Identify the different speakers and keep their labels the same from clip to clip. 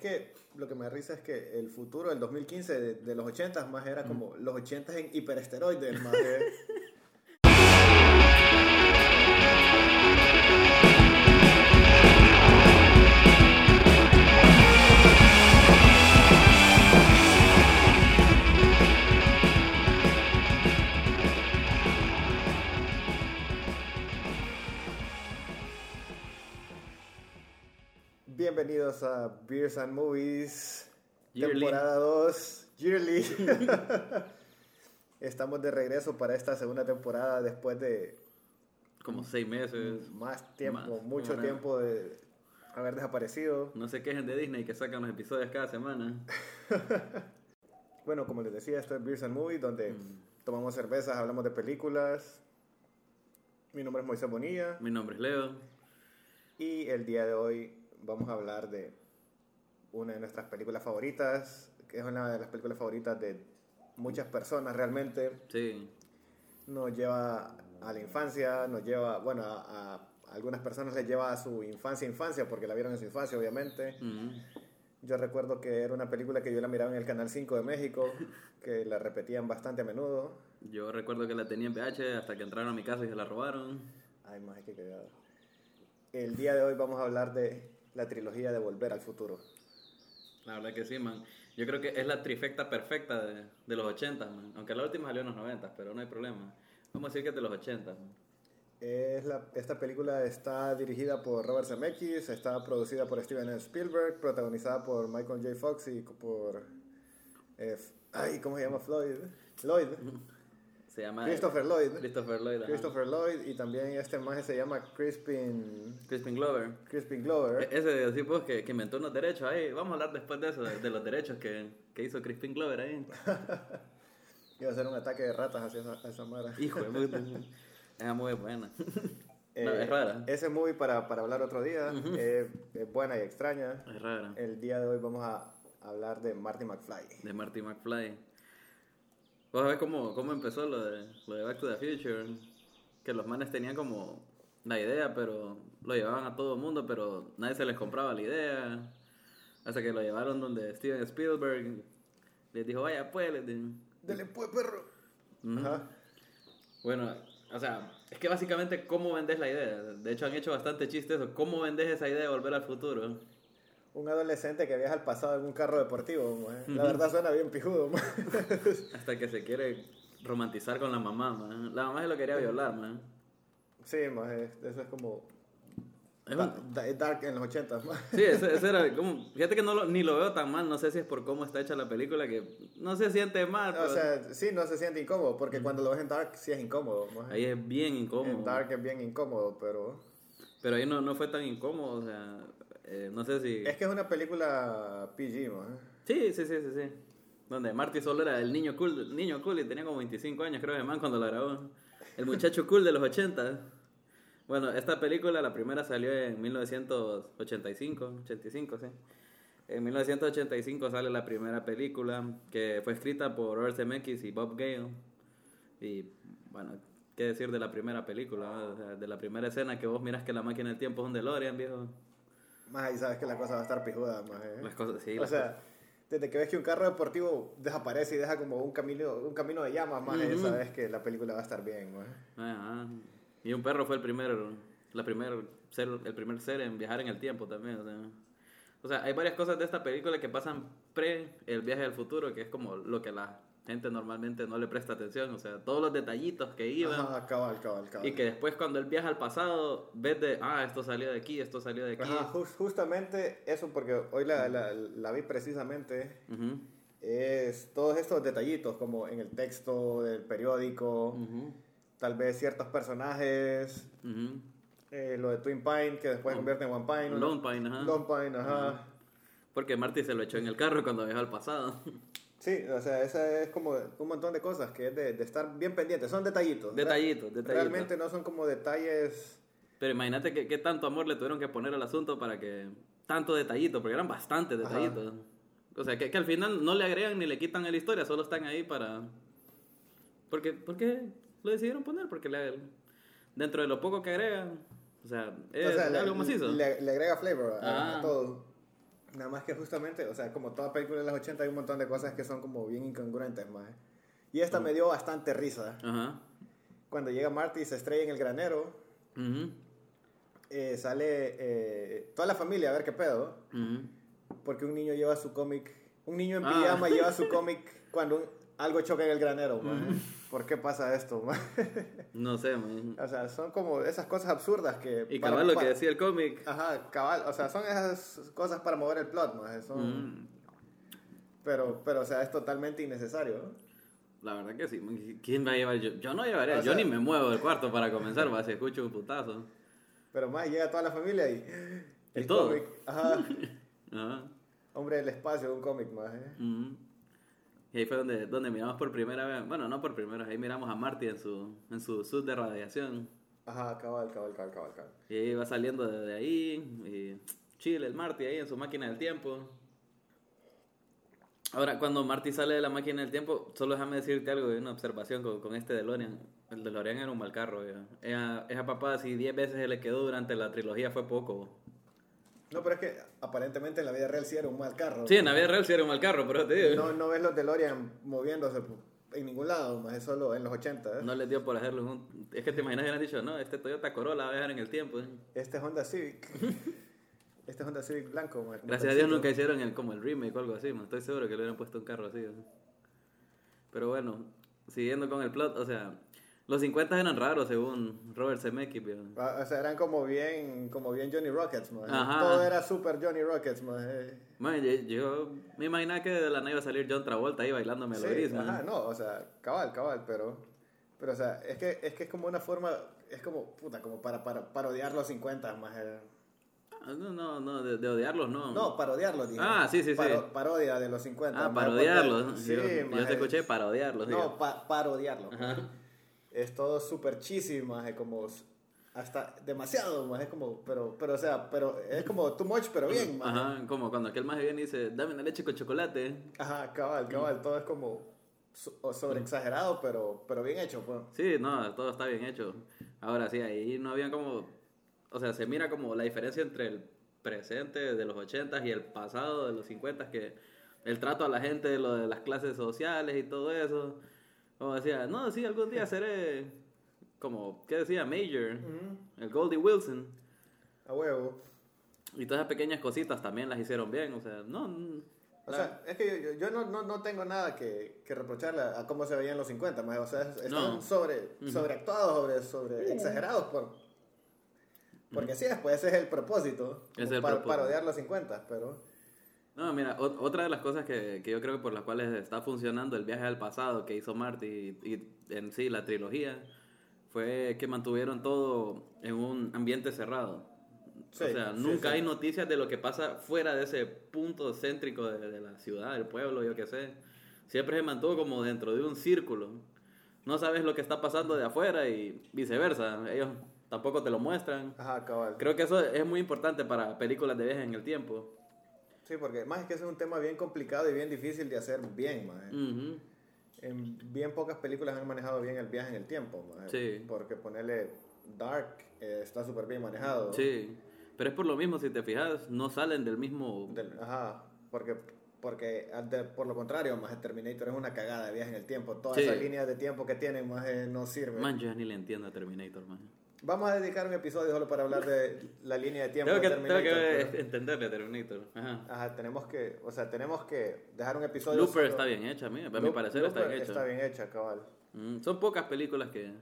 Speaker 1: que lo que me da risa es que el futuro del 2015, de, de los 80 más era como los 80 en hiperesteroides, más que- Bienvenidos a Beers and Movies,
Speaker 2: Yearly.
Speaker 1: temporada 2, Yearly. Estamos de regreso para esta segunda temporada después de
Speaker 2: Como seis meses.
Speaker 1: más tiempo,
Speaker 2: Más,
Speaker 1: mucho
Speaker 2: ahora.
Speaker 1: tiempo de haber desaparecido.
Speaker 2: No se quejen de Disney que sacan los episodios cada semana.
Speaker 1: Bueno, como les decía, esto es Beers and Movies, donde
Speaker 2: Mm.
Speaker 1: tomamos cervezas, hablamos de películas. Mi nombre es Moisés Bonilla
Speaker 2: Mi nombre es Leo.
Speaker 1: y el día de hoy vamos a hablar de una de nuestras películas favoritas, que es una de las películas favoritas de muchas personas realmente.
Speaker 2: Sí.
Speaker 1: nos lleva a la infancia, nos lleva, bueno, a, a algunas personas les lleva a su infancia, infancia, porque la vieron en su infancia, obviamente.
Speaker 2: Ujú.
Speaker 1: Yo recuerdo que era una película que yo la miraba en el Canal 5 de México, que la repetían bastante a menudo.
Speaker 2: Yo recuerdo que la tenía en VH hasta que entraron a mi casa y se la robaron.
Speaker 1: Ay, más que cagado. El día de hoy vamos a hablar de la trilogía de Volver al Futuro.
Speaker 2: La verdad que sí, man. Yo creo que es la trifecta perfecta de, de los 80, man. Aunque la última salió en los 90, pero no hay problema. Vamos a decir que es de los 80. man.
Speaker 1: Es la- esta película está dirigida por Robert Zemeckis, está producida por Steven Spielberg, protagonizada por Michael J. Fox y por... eh, F- ay, ¿cómo se llama? Floyd. Lloyd.
Speaker 2: Se llama...
Speaker 1: Christopher Lloyd.
Speaker 2: Christopher Lloyd. ajá.
Speaker 1: Christopher Lloyd y también este más se llama Crispin,
Speaker 2: Crispin Glover.
Speaker 1: Crispin Glover.
Speaker 2: E- Ese tipo que, que inventó unos derechos ahí. Vamos a hablar después de eso, de, de los derechos que, que hizo Crispin Glover ahí.
Speaker 1: Iba a hacer un ataque de ratas hacia esa, a esa mara.
Speaker 2: Hijo de puta. Esa muy buena.
Speaker 1: Eh,
Speaker 2: no, es rara.
Speaker 1: Ese movie para, para hablar otro día eh, es buena y extraña.
Speaker 2: Es rara.
Speaker 1: El día de hoy vamos a hablar de Marty McFly.
Speaker 2: De Marty McFly. Vos sabés cómo, cómo empezó lo de, lo de Back to the Future. Que los manes tenían como la idea, pero lo llevaban a todo el mundo, pero nadie se les compraba la idea. Hasta que lo llevaron donde Steven Spielberg les dijo, vaya pues, les dijo.
Speaker 1: Dele pues, perro.
Speaker 2: Ujú.
Speaker 1: Ajá.
Speaker 2: Bueno, o sea, es que básicamente cómo vendes la idea. De hecho han hecho bastante chistes eso. ¿Cómo vendes esa idea de volver al futuro?
Speaker 1: Un adolescente que viaja al pasado en un carro deportivo. mae. La verdad suena bien pijudo. mae.
Speaker 2: Hasta que se quiere romantizar con la mamá, man. La mamá se lo quería violar, man.
Speaker 1: sí, mae, eso es como
Speaker 2: Es
Speaker 1: da-
Speaker 2: un-
Speaker 1: da- es dark en los 80. mae.
Speaker 2: Sí, ese, ese era como... Fíjate que no lo- ni lo veo tan mal, no sé si es por cómo está hecha la película, que no se siente mal,
Speaker 1: O
Speaker 2: pero
Speaker 1: sea, sí, no se siente incómodo, porque cuando lo ves en dark sí es incómodo. mae.
Speaker 2: ahí es bien incómodo.
Speaker 1: En Dark es bien incómodo, pero...
Speaker 2: Pero ahí no, no fue tan incómodo, o sea, eh, no sé si...
Speaker 1: Es que es una película PG, man.
Speaker 2: Sí, sí, sí, sí, sí. Donde Marty solo era el niño cool, el niño cool y tenía como 25 años, creo, de man cuando la grabó. El muchacho cool de los 80. Bueno, esta película, la primera salió en 1985, 85, sí. En 1985 sale la primera película, que fue escrita por Robert Zemeckis y Bob Gale. Y, bueno, qué decir de la primera película, ¿no? O sea, de la primera escena que vos miras que la máquina del tiempo es un DeLorean, viejo.
Speaker 1: Más ahí sabes que la cosa va a estar pijuda, más.
Speaker 2: Las cosas, sí,
Speaker 1: o
Speaker 2: las
Speaker 1: sea, desde que ves que un carro deportivo desaparece y deja como un camino, un camino de llamas, más
Speaker 2: Ujú.
Speaker 1: sabes que la película va a estar bien, eh. maje.
Speaker 2: Ajá. Y un perro fue el primer, la primer ser, el primer ser en viajar en el tiempo también. O sea, O sea, hay varias cosas de esta película que pasan pre el viaje al futuro, que es como lo que la gente normalmente no le presta atención. O sea, todos los detallitos que iban.
Speaker 1: Ajá, cabal, cabal, cabal.
Speaker 2: Y que después cuando él viaja al pasado, ves de, ah, esto salió de aquí, esto salió de aquí.
Speaker 1: Ajá, jus- justamente eso, porque hoy la, la- la vi precisamente,
Speaker 2: Ujú,
Speaker 1: es todos estos detallitos, como en el texto del periódico,
Speaker 2: ujú,
Speaker 1: tal vez ciertos personajes,
Speaker 2: ujú.
Speaker 1: eh, lo de Twin Pine, que después se convierte en One Pine. ¿no?
Speaker 2: Lone Pine, ajá.
Speaker 1: Lone Pine, ajá.
Speaker 2: Porque Marty se lo echó en el carro cuando viajó al pasado.
Speaker 1: Sí, o sea, esa es como un montón de cosas que es de, de estar bien pendiente. Son detallitos.
Speaker 2: Detallitos,
Speaker 1: Re-
Speaker 2: detallitos.
Speaker 1: Realmente no son como detalles.
Speaker 2: Pero imagínate qué, qué tanto amor le tuvieron que poner al asunto para que tanto detallito, porque eran bastantes
Speaker 1: Ajá.
Speaker 2: detallitos. O sea, que, que al final no le agregan ni le quitan a la historia, solo están ahí para... Porque, ¿Por qué lo decidieron poner? Porque le- dentro de lo poco que agregan, o sea, es
Speaker 1: o sea,
Speaker 2: algo
Speaker 1: le,
Speaker 2: macizo.
Speaker 1: le- le agrega flavor a, a
Speaker 2: Ah.
Speaker 1: todo. Nada más que justamente, o sea, como toda película de los 80 hay un montón de cosas que son como bien incongruentes, más. Y
Speaker 2: Mm.
Speaker 1: esta me dio bastante risa.
Speaker 2: Ajá.
Speaker 1: Cuando llega Marty y se estrella en el granero,
Speaker 2: Ujú,
Speaker 1: eh, sale eh, toda la familia a ver qué pedo,
Speaker 2: ujú.
Speaker 1: porque un niño lleva su cómic, un niño en
Speaker 2: Ah.
Speaker 1: pijama lleva su cómic cuando un- algo choca en el granero, maje.
Speaker 2: Mm.
Speaker 1: ¿Por qué pasa esto, maje?
Speaker 2: No sé, man.
Speaker 1: O sea, son como esas cosas absurdas que...
Speaker 2: Y
Speaker 1: para-
Speaker 2: cabal lo que
Speaker 1: para-
Speaker 2: decía el cómic.
Speaker 1: Ajá, cabal, o sea, son esas cosas para mover el plot, maje, son-
Speaker 2: Mm,
Speaker 1: Pero, pero, o sea, es totalmente innecesario, ¿no?
Speaker 2: La verdad que sí. man. ¿Quién va a llevar? Yo, yo no llevaría.
Speaker 1: O sea-
Speaker 2: yo ni me muevo del cuarto para comenzar, va. Si escucho un putazo.
Speaker 1: Pero más llega toda la familia y.
Speaker 2: ¿Y todo?
Speaker 1: ajá.
Speaker 2: Ajá.
Speaker 1: Hombre del espacio, un cómic más, ¿eh?
Speaker 2: Ujú. Y ahí fue donde, donde miramos por primera vez. Bueno, no por primera vez. Ahí miramos a Marty en su, en su suit de radiación.
Speaker 1: Ajá, cabal, cabal, cabal, cabal, cabal.
Speaker 2: Y ahí va saliendo de de ahí. Y chile el Marty ahí en su máquina del tiempo. Ahora, cuando Marty sale de la máquina del tiempo, solo déjame decirte algo, una observación con, con este DeLorean. El DeLorean era un mal carro, ya. Esa, esa papada, si 10 veces le quedó durante la trilogía, fue poco.
Speaker 1: No, pero es que aparentemente en la vida real sí era un mal carro.
Speaker 2: Sí, en la vida real sí era un mal carro, pero te digo.
Speaker 1: No, no ves los DeLorean moviéndose en ningún lado, más es solo en los 80. ¿eh?
Speaker 2: No les dio por hacerlo. un- Es que te imaginas que hubieran dicho, no, este Toyota Corolla va a dejar en el tiempo. ¿eh".
Speaker 1: Este es Honda Civic. este es Honda Civic blanco, maje, como
Speaker 2: Gracias a Dios
Speaker 1: taxito.
Speaker 2: nunca hicieron el, como el remake o algo así, man. estoy seguro que le hubieran puesto un carro así. ¿no? Pero bueno, siguiendo con el plot, o sea, los 50 eran raros según Robert Zemeckis. ¿vio?
Speaker 1: Ah, O sea, eran como bien, como bien Johnny Rockets, más.
Speaker 2: Ajá.
Speaker 1: Todo era super Johnny Rockets, más.
Speaker 2: Man, yo, yo me imaginaba que de la nada iba a salir John Travolta ahí bailando melodías,
Speaker 1: Sí,
Speaker 2: man.
Speaker 1: ajá, no, o sea, cabal, cabal, pero, pero o sea, es que, es que es como una forma, es como, puta, como para, para parodiar los 50 más. era-
Speaker 2: Ah, no, no, no, de, de odiarlos no.
Speaker 1: No, parodiarlos, dije.
Speaker 2: Ah, sí, sí, sí.
Speaker 1: Parodia de los 50.
Speaker 2: ah,
Speaker 1: más,
Speaker 2: parodiarlos.
Speaker 1: porque-
Speaker 2: yo, yo
Speaker 1: más,
Speaker 2: te escuché parodiarlos.
Speaker 1: No,
Speaker 2: digo.
Speaker 1: pa- parodiarlo. pues.
Speaker 2: Ajá.
Speaker 1: Es todo súper cheesy, más, es como, hasta demasiado, más, es como, pero, pero, o sea, pero, es como too much, pero bien, más. Ajá,
Speaker 2: Ajá, como cuando aquel más viene y dice, dame una leche con chocolate.
Speaker 1: cabal, cabal, todo es como so- sobreexagerado, pero, pero bien hecho, pues.
Speaker 2: Sí, no, todo está bien hecho. Ahora sí, ahí no habían como... O sea, se mira como la diferencia entre el presente de los 80 y el pasado de los 50 que el trato a la gente, lo de las clases sociales y todo eso. Como decía, no, sí, algún día seré como, ¿qué decía? Major,
Speaker 1: Ujú,
Speaker 2: el Goldie Wilson.
Speaker 1: A huevo.
Speaker 2: Y todas esas pequeñas cositas también las hicieron bien, o sea, no... n-
Speaker 1: O
Speaker 2: la-
Speaker 1: sea, es que yo, yo- yo no, no, no tengo nada que, que reprocharle a cómo se veían los 50, más, o sea, es- están
Speaker 2: No.
Speaker 1: sobre, sobreactuados, sobre, sobre exagerados por... Porque sí, pues ese es el propósito,
Speaker 2: Ese es
Speaker 1: como
Speaker 2: el
Speaker 1: par-
Speaker 2: propósito.
Speaker 1: parodiar los 50, pero...
Speaker 2: No, mira, ot- otra de las cosas que, que yo creo que por las cuales está funcionando el viaje al pasado que hizo Marty y, y en sí la trilogía fue que mantuvieron todo en un ambiente cerrado.
Speaker 1: Sí,
Speaker 2: o sea,
Speaker 1: sí,
Speaker 2: nunca
Speaker 1: sí.
Speaker 2: hay noticias de lo que pasa fuera de ese punto céntrico de, de la ciudad, del pueblo, yo qué sé. Siempre se mantuvo como dentro de un círculo. No sabes lo que está pasando de afuera y viceversa. Ellos tampoco te lo muestran.
Speaker 1: Ajá, cabal.
Speaker 2: Creo que eso es muy importante para películas de viaje en el tiempo.
Speaker 1: Sí, porque más es que ese es un tema bien complicado y bien difícil de hacer bien, más.
Speaker 2: Ujú.
Speaker 1: En bien pocas películas han manejado bien el viaje en el tiempo, más.
Speaker 2: Sí.
Speaker 1: Porque ponerle Dark eh, está súper bien manejado.
Speaker 2: Sí, pero es por lo mismo, si te fijas, no salen del mismo...
Speaker 1: Del- ajá, porque, porque al de- por lo contrario, más el Terminator es una cagada de viaje en el tiempo. Todas
Speaker 2: Sí.
Speaker 1: esas líneas de tiempo que tienen más eh, no sirven.
Speaker 2: Man, yo ya ni le entiendo a Terminator, man.
Speaker 1: Vamos a dedicar un episodio solo para hablar de la línea de tiempo
Speaker 2: Tengo que,
Speaker 1: de
Speaker 2: tengo que
Speaker 1: Terminator. pero-
Speaker 2: entenderle a Terminator. Ajá.
Speaker 1: ajá, tenemos que, o sea, tenemos que dejar un episodio.
Speaker 2: Looper
Speaker 1: solo-
Speaker 2: está bien hecha, a mí, a mi
Speaker 1: Loop-
Speaker 2: parecer está
Speaker 1: Looper
Speaker 2: bien hecha.
Speaker 1: Está bien hecha, cabal.
Speaker 2: Mm, son pocas películas que,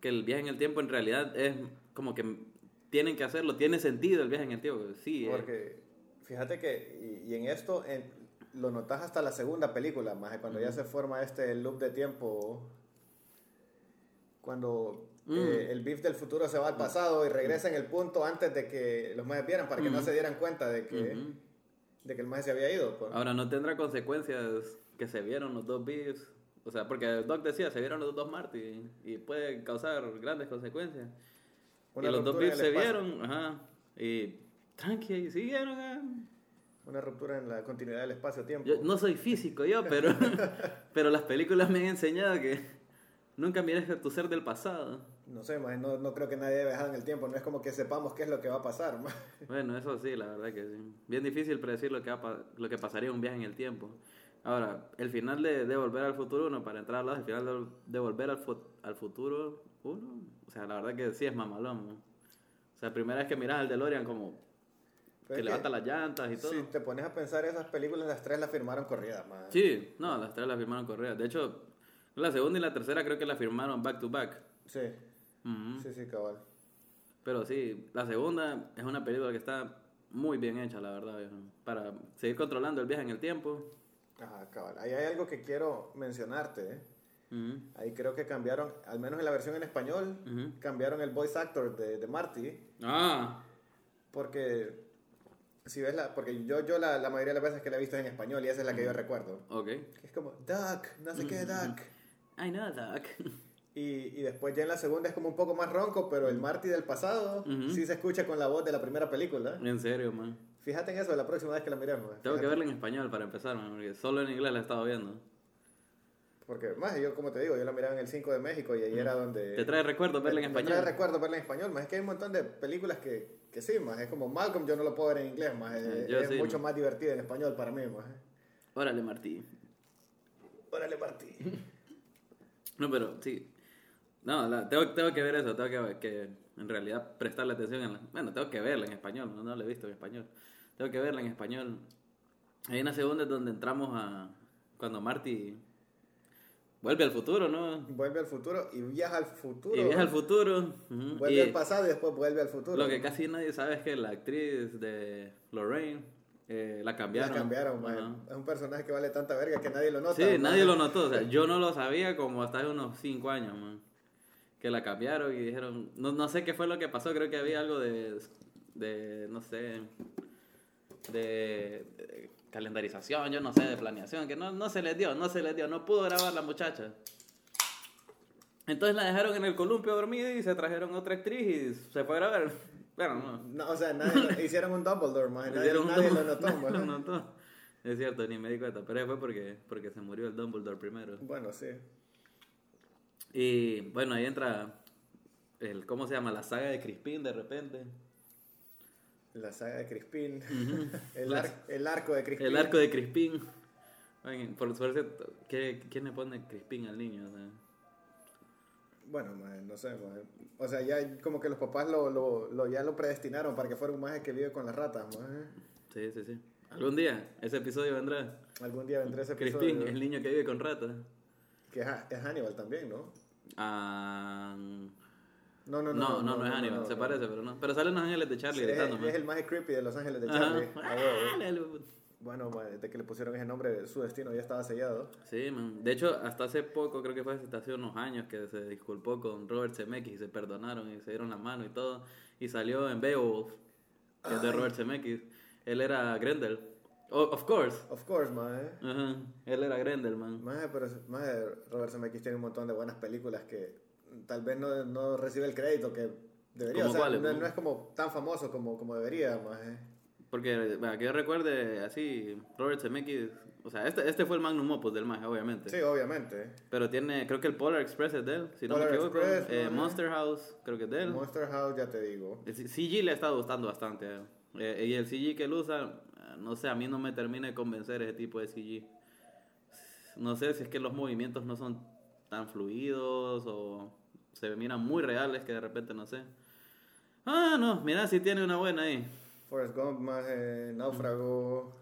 Speaker 2: que el viaje en el tiempo en realidad es como que tienen que hacerlo, tiene sentido el viaje en el tiempo. Sí, eh.
Speaker 1: Porque fíjate que, y, y en esto en- lo notas hasta la segunda película, más cuando ya se forma este loop de tiempo, cuando
Speaker 2: Mm.
Speaker 1: eh, el beef del futuro se va al pasado y regresa en el punto antes de que los más vieran, para que no se dieran cuenta de que,
Speaker 2: Ujú. Ah,
Speaker 1: de que el más se había ido. pues.
Speaker 2: Ahora, ¿no tendrá consecuencias que se vieron los dos beefs? O sea, porque el Doc decía, se vieron los dos Marty y puede causar grandes consecuencias.
Speaker 1: Una
Speaker 2: y los dos
Speaker 1: ruptura en
Speaker 2: beefs
Speaker 1: el
Speaker 2: se
Speaker 1: espacio-
Speaker 2: vieron, ajá. Y tranqui, ahí siguieron. ah.
Speaker 1: Una ruptura en la continuidad del espacio-tiempo.
Speaker 2: Yo no soy físico yo, pero, pero las películas me han enseñado que Nunca mires a tu ser del pasado.
Speaker 1: No sé, maje, no, no creo que nadie haya viajado en el tiempo. No es como que sepamos qué es lo que va a pasar. maje.
Speaker 2: Bueno, eso sí, la verdad que sí. Bien difícil predecir lo que, va a pa- lo que pasaría en un viaje en el tiempo. Ahora, el final de, de Volver al Futuro 1, para entrar al lado, el final de, de Volver al, Fu- al Futuro 1, o sea, la verdad que sí es mamalón. ¿no? O sea, primera vez que miras al DeLorean como
Speaker 1: Pero
Speaker 2: que
Speaker 1: es
Speaker 2: levanta las llantas y todo.
Speaker 1: Si
Speaker 2: Sí.
Speaker 1: te pones a pensar, esas películas, las tres las firmaron corridas, maje.
Speaker 2: no, las tres las firmaron Correa. De hecho, la segunda y la tercera creo que la firmaron back to back.
Speaker 1: Sí,
Speaker 2: Ujú.
Speaker 1: sí, sí, cabal.
Speaker 2: Pero sí, la segunda es una película que está muy bien hecha, la verdad, viejo. Para seguir controlando el viaje en el tiempo.
Speaker 1: Ajá, cabal. Ahí hay algo que quiero mencionarte. ¿eh?
Speaker 2: Ujú,
Speaker 1: Ahí creo que cambiaron, al menos en la versión en español,
Speaker 2: ujú.
Speaker 1: cambiaron el voice actor de, de Marty.
Speaker 2: Ah,
Speaker 1: Porque si ves la. Porque yo, yo la, la mayoría de las veces que la he visto es en español y esa es la que yo recuerdo.
Speaker 2: ok.
Speaker 1: Que es como, Duck, no sé qué, Duck.
Speaker 2: I know, Doc.
Speaker 1: Y, y después ya en la segunda es como un poco más ronco, pero el Marty del pasado
Speaker 2: Ujú.
Speaker 1: sí se escucha con la voz de la primera película.
Speaker 2: En serio, man.
Speaker 1: Fíjate en eso la próxima vez que la miremos. ¿eh?
Speaker 2: Tengo que
Speaker 1: fíjate.
Speaker 2: verla en español para empezar, man, porque solo en inglés la he estado viendo.
Speaker 1: Porque más, yo como te digo, yo la miraba en el 5 de México y ahí era donde...
Speaker 2: ¿Te trae recuerdos verla en
Speaker 1: me trae
Speaker 2: español?
Speaker 1: recuerdo verla en español, más es que hay un montón de películas que, que sí, más es como Malcolm, yo no lo puedo ver en inglés, más es,
Speaker 2: yo
Speaker 1: es
Speaker 2: sí,
Speaker 1: mucho
Speaker 2: maje.
Speaker 1: más divertida en español para mí, más.
Speaker 2: Órale, Martí.
Speaker 1: Órale, Marty.
Speaker 2: No, pero sí. No, la- tengo, tengo que ver eso, tengo que, que en realidad prestarle atención. En la- bueno, tengo que verla en español, no, no la he visto en español. Tengo que verla en español. Hay una segunda donde entramos a... Cuando Marty vuelve al futuro, ¿no?
Speaker 1: Vuelve al futuro y viaja al futuro.
Speaker 2: Y viaja al futuro. ujú,
Speaker 1: Vuelve
Speaker 2: y
Speaker 1: al pasado y después vuelve al futuro.
Speaker 2: lo que casi nadie sabe es que la actriz de Lorraine eh, la
Speaker 1: La
Speaker 2: cambiaron.
Speaker 1: cambiaron, maje.
Speaker 2: Ajá.
Speaker 1: Es un personaje que vale tanta verga que nadie lo nota.
Speaker 2: Sí, nadie
Speaker 1: maje.
Speaker 2: lo notó. O sea, yo no lo sabía como hasta hace unos 5 años, man. Que la cambiaron y dijeron. No, no sé qué fue lo que pasó. Creo que había algo de. de no sé. De, de calendarización, yo no sé, de planeación. Que no, no se les dio, no se les dio. No pudo grabar la muchacha. Entonces la dejaron en el columpio dormida y se trajeron otra actriz y se fue a grabar. Bueno, no.
Speaker 1: No, o sea, nadie lo- hicieron un Dumbledore, maje. Nadie,
Speaker 2: Hicieron un
Speaker 1: nadie lo
Speaker 2: Dumbledore-
Speaker 1: notó,
Speaker 2: nadie
Speaker 1: maje.
Speaker 2: lo notó. Es cierto, ni me di cuenta, pero fue porque, porque se murió el Dumbledore primero.
Speaker 1: Bueno, sí.
Speaker 2: Y bueno, ahí entra el, ¿cómo se llama? La saga de Crispin de repente.
Speaker 1: La saga de Crispin. el, ar- el arco de Crispin.
Speaker 2: El arco de Crispin. Oigan, Por suerte, ¿qué- ¿quién le pone Crispin al niño? O sea,
Speaker 1: Bueno, maje, no sé, maje. O sea, ya como que los papás lo, lo, lo- ya lo predestinaron para que fuera un maje que vive con las ratas, maje.
Speaker 2: sí, sí, sí. Algún día ese episodio vendrá.
Speaker 1: Algún día vendré ese
Speaker 2: Crispin,
Speaker 1: episodio.
Speaker 2: el niño que vive con ratas.
Speaker 1: Que es, Ha- es Hannibal también, ¿no?
Speaker 2: Ah, no,
Speaker 1: No, no, no.
Speaker 2: no, no, es Hannibal, se
Speaker 1: no.
Speaker 2: parece, pero no. Pero salen los ángeles de Charlie
Speaker 1: Sí, es,
Speaker 2: gritando, man.
Speaker 1: es el más creepy de Los Ángeles de
Speaker 2: Ajá.
Speaker 1: Charlie.
Speaker 2: Ah,
Speaker 1: A huevo. ¿eh?
Speaker 2: la luz.
Speaker 1: Bueno, ma, desde que le pusieron ese nombre, su destino ya estaba sellado.
Speaker 2: Sí, man. De hecho, hasta hace poco, creo que fue hasta hace unos años, que se disculpó con Robert Zemeckis y se perdonaron y se dieron la mano y todo. Y salió en Beowulf, que es de Robert Zemeckis. Él era Grendel. O- of course.
Speaker 1: Of course, ma, eh.
Speaker 2: Ajá. Él era Grendel, man.
Speaker 1: Maje, pero maje, Robert Zemeckis tiene un montón de buenas películas que tal vez no, no recibe el crédito que debería.
Speaker 2: ¿Cómo
Speaker 1: O sea,
Speaker 2: cuáles, pues?
Speaker 1: no,
Speaker 2: no?
Speaker 1: no es como tan famoso como, como debería, ¿eh? maje.
Speaker 2: Porque, para que yo recuerde, así, Robert Zemeckis... O sea, este, este fue el magnum opus del maje, obviamente.
Speaker 1: Sí, obviamente.
Speaker 2: Pero tiene, creo que el Polar Express es de él, si no
Speaker 1: Polar
Speaker 2: me equivoco.
Speaker 1: Express,
Speaker 2: Eh,
Speaker 1: ajá.
Speaker 2: Monster House, creo que es de él.
Speaker 1: Monster House, ya te digo.
Speaker 2: El C- CG le ha estado gustando bastante. eh. Eh, y el CG que él usa, eh, no sé, a mí no me termina de convencer ese tipo de CG. No sé si es que los movimientos no son tan fluidos o se miran muy reales que de repente no sé. Ah, no, mira, si tiene una buena ahí.
Speaker 1: Forrest Gump, maje,
Speaker 2: Mm.
Speaker 1: Náufrago.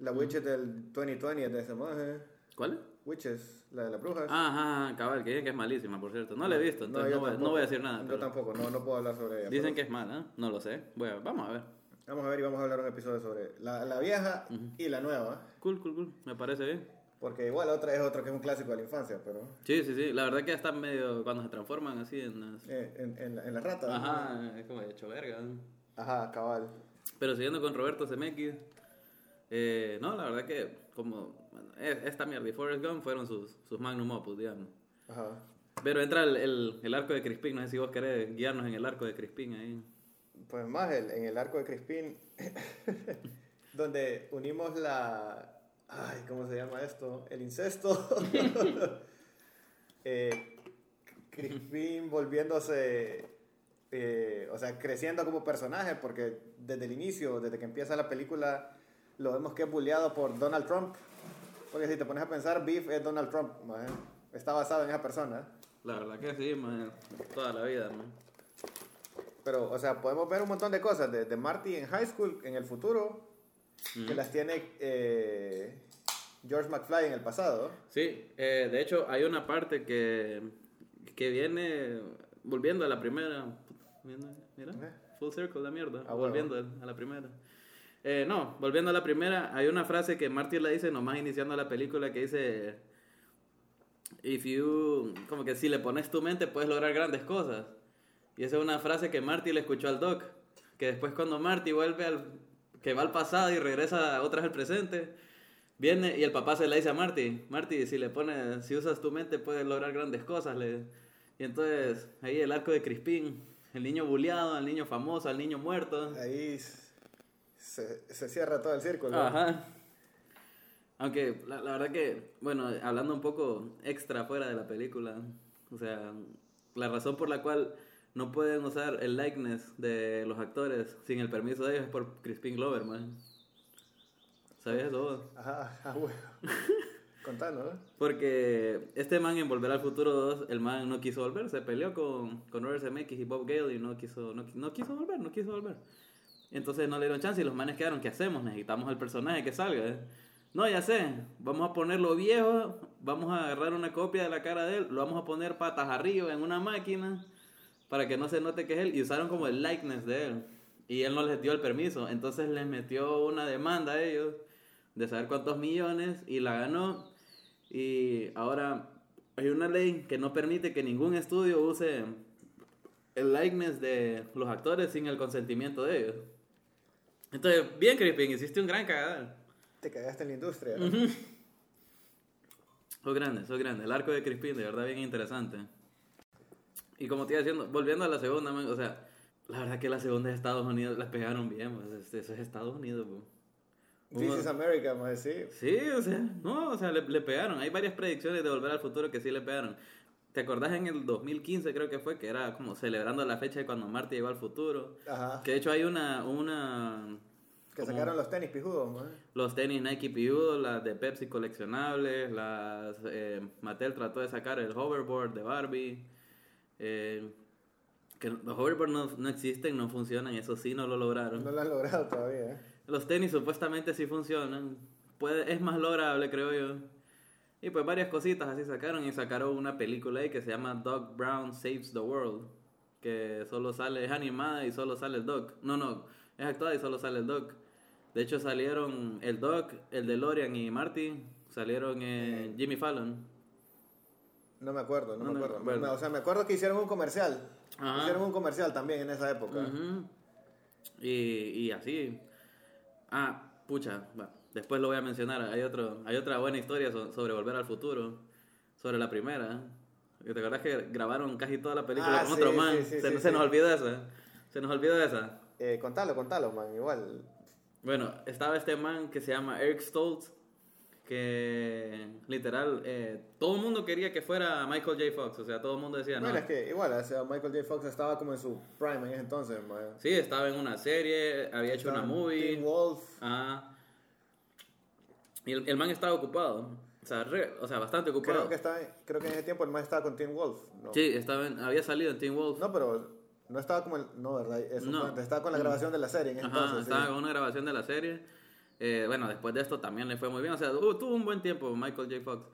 Speaker 1: La Witches del 2020 es de ese maje.
Speaker 2: ¿Cuál?
Speaker 1: Witches, la de las brujas.
Speaker 2: Ajá, ajá, cabal, que dicen que es malísima, por cierto. No la he visto, Ah, entonces
Speaker 1: yo
Speaker 2: no, voy, no
Speaker 1: tampoco.
Speaker 2: voy a decir nada.
Speaker 1: Yo
Speaker 2: pero
Speaker 1: tampoco, no, no puedo hablar sobre ella.
Speaker 2: dicen
Speaker 1: pero
Speaker 2: que es mala, ¿eh? no lo sé. Bueno, vamos a ver.
Speaker 1: Vamos a ver y vamos a hablar un episodio sobre la, la vieja y la nueva.
Speaker 2: Cool, cool, cool, me parece bien.
Speaker 1: Porque igual la otra es otro que es un clásico de la infancia, pero...
Speaker 2: Sí, sí, sí, la verdad que están medio, cuando se transforman así en las-
Speaker 1: eh, en, en, la- en la rata.
Speaker 2: Ajá, es como de hecho verga. ¿no?
Speaker 1: Ajá, cabal.
Speaker 2: Pero siguiendo con Roberto Zemeckis, eh, no, la verdad que como bueno, es- esta mierda y Forrest Gump fueron sus, sus magnum opus, digamos.
Speaker 1: Ajá.
Speaker 2: Pero entra el, el, el arco de Crispin, no sé si vos querés guiarnos en el arco de Crispin ahí.
Speaker 1: Pues más el- en el arco de Crispín, donde unimos la... Ay, ¿cómo se llama esto? El incesto. Eh, Crispin volviéndose, eh, o sea, creciendo como personaje, porque desde el inicio, desde que empieza la película, lo vemos que es bulleado por Donald Trump. Porque si te pones a pensar, Beef es Donald Trump, maje. está basado en esa persona.
Speaker 2: La verdad que sí, man. Toda la vida, man.
Speaker 1: Pero, o sea, podemos ver un montón de cosas de, de Marty en high school, en el futuro, que las tiene eh, George McFly en el pasado.
Speaker 2: Sí, eh, de hecho hay una parte que, que viene volviendo a la primera. Mira, mira, full circle la mierda.
Speaker 1: Ah, bueno.
Speaker 2: volviendo a la primera. Eh, no, volviendo a la primera, hay una frase que Marty la dice nomás iniciando la película que dice: If you. Como que si le pones tu mente puedes lograr grandes cosas. Y esa es una frase que Marty le escuchó al Doc. Que después, cuando Marty vuelve al. que va al pasado y regresa otra vez al presente, Viene y el papá se le dice a Marty, Marty, si le pones, si usas tu mente puedes lograr grandes cosas. Le... Y entonces ahí el arco de Crispín, el niño buleado, el niño famoso, el niño muerto.
Speaker 1: Ahí s- se, se cierra todo el círculo.
Speaker 2: Ajá. Aunque la, la verdad que, bueno, hablando un poco extra fuera de la película, o sea, la razón por la cual no pueden usar el likeness de los actores sin el permiso de ellos es por Crispin Glover, man. ¿Sabías eso vos?
Speaker 1: Ajá, ah, bueno. Contanos, ¿eh?
Speaker 2: Porque este man en Volver al Futuro 2, el man no quiso volver, se peleó con, con Robert Zemeckis y Bob Gale y no quiso, no, qui- no quiso volver, no quiso volver. Entonces no le dieron chance y los manes quedaron, ¿qué hacemos? Necesitamos al personaje que salga. ¿eh? No, ya sé, vamos a ponerlo viejo, vamos a agarrar una copia de la cara de él, lo vamos a poner patas arriba en una máquina para que no se note que es él y usaron como el likeness de él. Y él no les dio el permiso, entonces les metió una demanda a ellos de saber cuántos millones y la ganó. Y ahora hay una ley que no permite que ningún estudio use el likeness de los actores sin el consentimiento de ellos. Entonces, bien, Crispin, hiciste un gran cagadal.
Speaker 1: Te cagaste en la industria.
Speaker 2: Sos grande, sos grande. El arco de Crispin, de verdad, bien interesante. Y como te iba diciendo, volviendo a la segunda, man, o sea, la verdad que la segunda de Estados Unidos las pegaron bien, man. Eso es- eso es Estados Unidos, po.
Speaker 1: This is America, maje, sí.
Speaker 2: Sí, o sea, no, o sea, le, le pegaron. Hay varias predicciones de Volver al Futuro que sí le pegaron. ¿Te acordás en el 2015 creo que fue que era como celebrando la fecha de cuando Marty llegó al futuro?
Speaker 1: Ajá.
Speaker 2: Que de hecho hay una, una,
Speaker 1: Que sacaron los tenis pijudos, maje.
Speaker 2: los tenis Nike Piudo, las de Pepsi coleccionables, las eh, Mattel trató de sacar el hoverboard de Barbie. eh, que los hoverboards no, no existen, no funcionan, eso sí no lo lograron.
Speaker 1: No lo han logrado todavía. ¿eh?
Speaker 2: Los tenis supuestamente sí funcionan. Puede, es más lograble, creo yo. Y pues varias cositas así sacaron y sacaron una película ahí que se llama Doc Brown Saves the World. Que solo sale, es animada y solo sale el Doc. No, no, es actuada y solo sale el Doc. De hecho salieron el Doc, el de Lorian y Marty. Salieron en Jimmy Fallon.
Speaker 1: No me acuerdo, no, me
Speaker 2: No, no me
Speaker 1: acuerdo.
Speaker 2: acuerdo.
Speaker 1: O sea, me acuerdo que hicieron un comercial.
Speaker 2: Ajá.
Speaker 1: Hicieron un comercial también en esa época.
Speaker 2: Ujú. y, y así. Ah, pucha, va, después lo voy a mencionar. Hay, otro, hay otra buena historia so- sobre Volver al Futuro, sobre la primera. ¿Te acuerdas que grabaron casi toda la película
Speaker 1: Ah,
Speaker 2: con
Speaker 1: sí,
Speaker 2: otro man?
Speaker 1: sí, sí,
Speaker 2: se
Speaker 1: sí,
Speaker 2: se
Speaker 1: sí.
Speaker 2: nos olvidó esa. Se nos olvidó esa.
Speaker 1: Eh, contalo, contalo, man, igual.
Speaker 2: Bueno, estaba este man que se llama Eric Stoltz, que literal, eh, todo el mundo quería que fuera Michael J. Fox. O sea, todo el mundo decía, no,
Speaker 1: Bueno, es que igual, o sea, Michael J. Fox estaba como en su prime en ese entonces, man.
Speaker 2: sí, estaba en una serie, había hecho una
Speaker 1: Estaban
Speaker 2: movie.
Speaker 1: Teen Wolf.
Speaker 2: Ah. Y el, el man estaba ocupado. O sea, re- o sea bastante ocupado.
Speaker 1: Creo que, estaba, creo que en ese tiempo el man estaba con Teen Wolf. ¿no?
Speaker 2: Sí, estaba en- había salido en Teen Wolf.
Speaker 1: No, pero no estaba como el. No, ¿verdad? Eso
Speaker 2: No. Mm.
Speaker 1: fue antes, Estaba con la grabación de la serie en ese
Speaker 2: Ajá,
Speaker 1: entonces. sí.
Speaker 2: estaba con una grabación de la serie. Eh, bueno, después de esto también le fue muy bien. O sea, uh, tuvo un buen tiempo Michael J. Fox.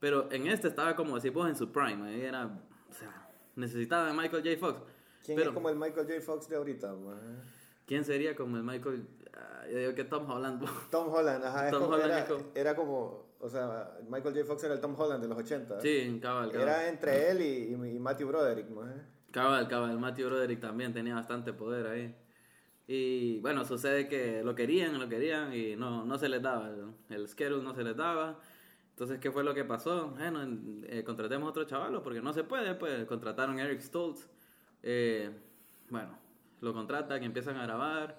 Speaker 2: Pero en este estaba como decir vos en su prime. ahí era, o sea, necesitaba de Michael J. Fox.
Speaker 1: ¿Quién
Speaker 2: Pero,
Speaker 1: es como el Michael J. Fox de ahorita, man?
Speaker 2: ¿quién sería como el Michael? Ah, yo digo, ¿Qué estamos hablando?
Speaker 1: Tom Holland, ajá. es
Speaker 2: Tom
Speaker 1: como-
Speaker 2: Holland
Speaker 1: era,
Speaker 2: es como-
Speaker 1: era como. O sea, Michael J. Fox era el Tom Holland de los 80.
Speaker 2: sí, cabal, cabal.
Speaker 1: Era entre él y, y, y Matthew Broderick, man.
Speaker 2: Cabal, cabal, Matthew Broderick también tenía bastante poder ahí. Y bueno, sucede que lo querían, lo querían y no, no se les daba, el, el schedule no se les daba. Entonces, ¿qué fue lo que pasó? Bueno, en- eh, contratemos otro chavalo porque no se puede, pues contrataron a Eric Stoltz. Eh, bueno, lo contratan, empiezan a grabar,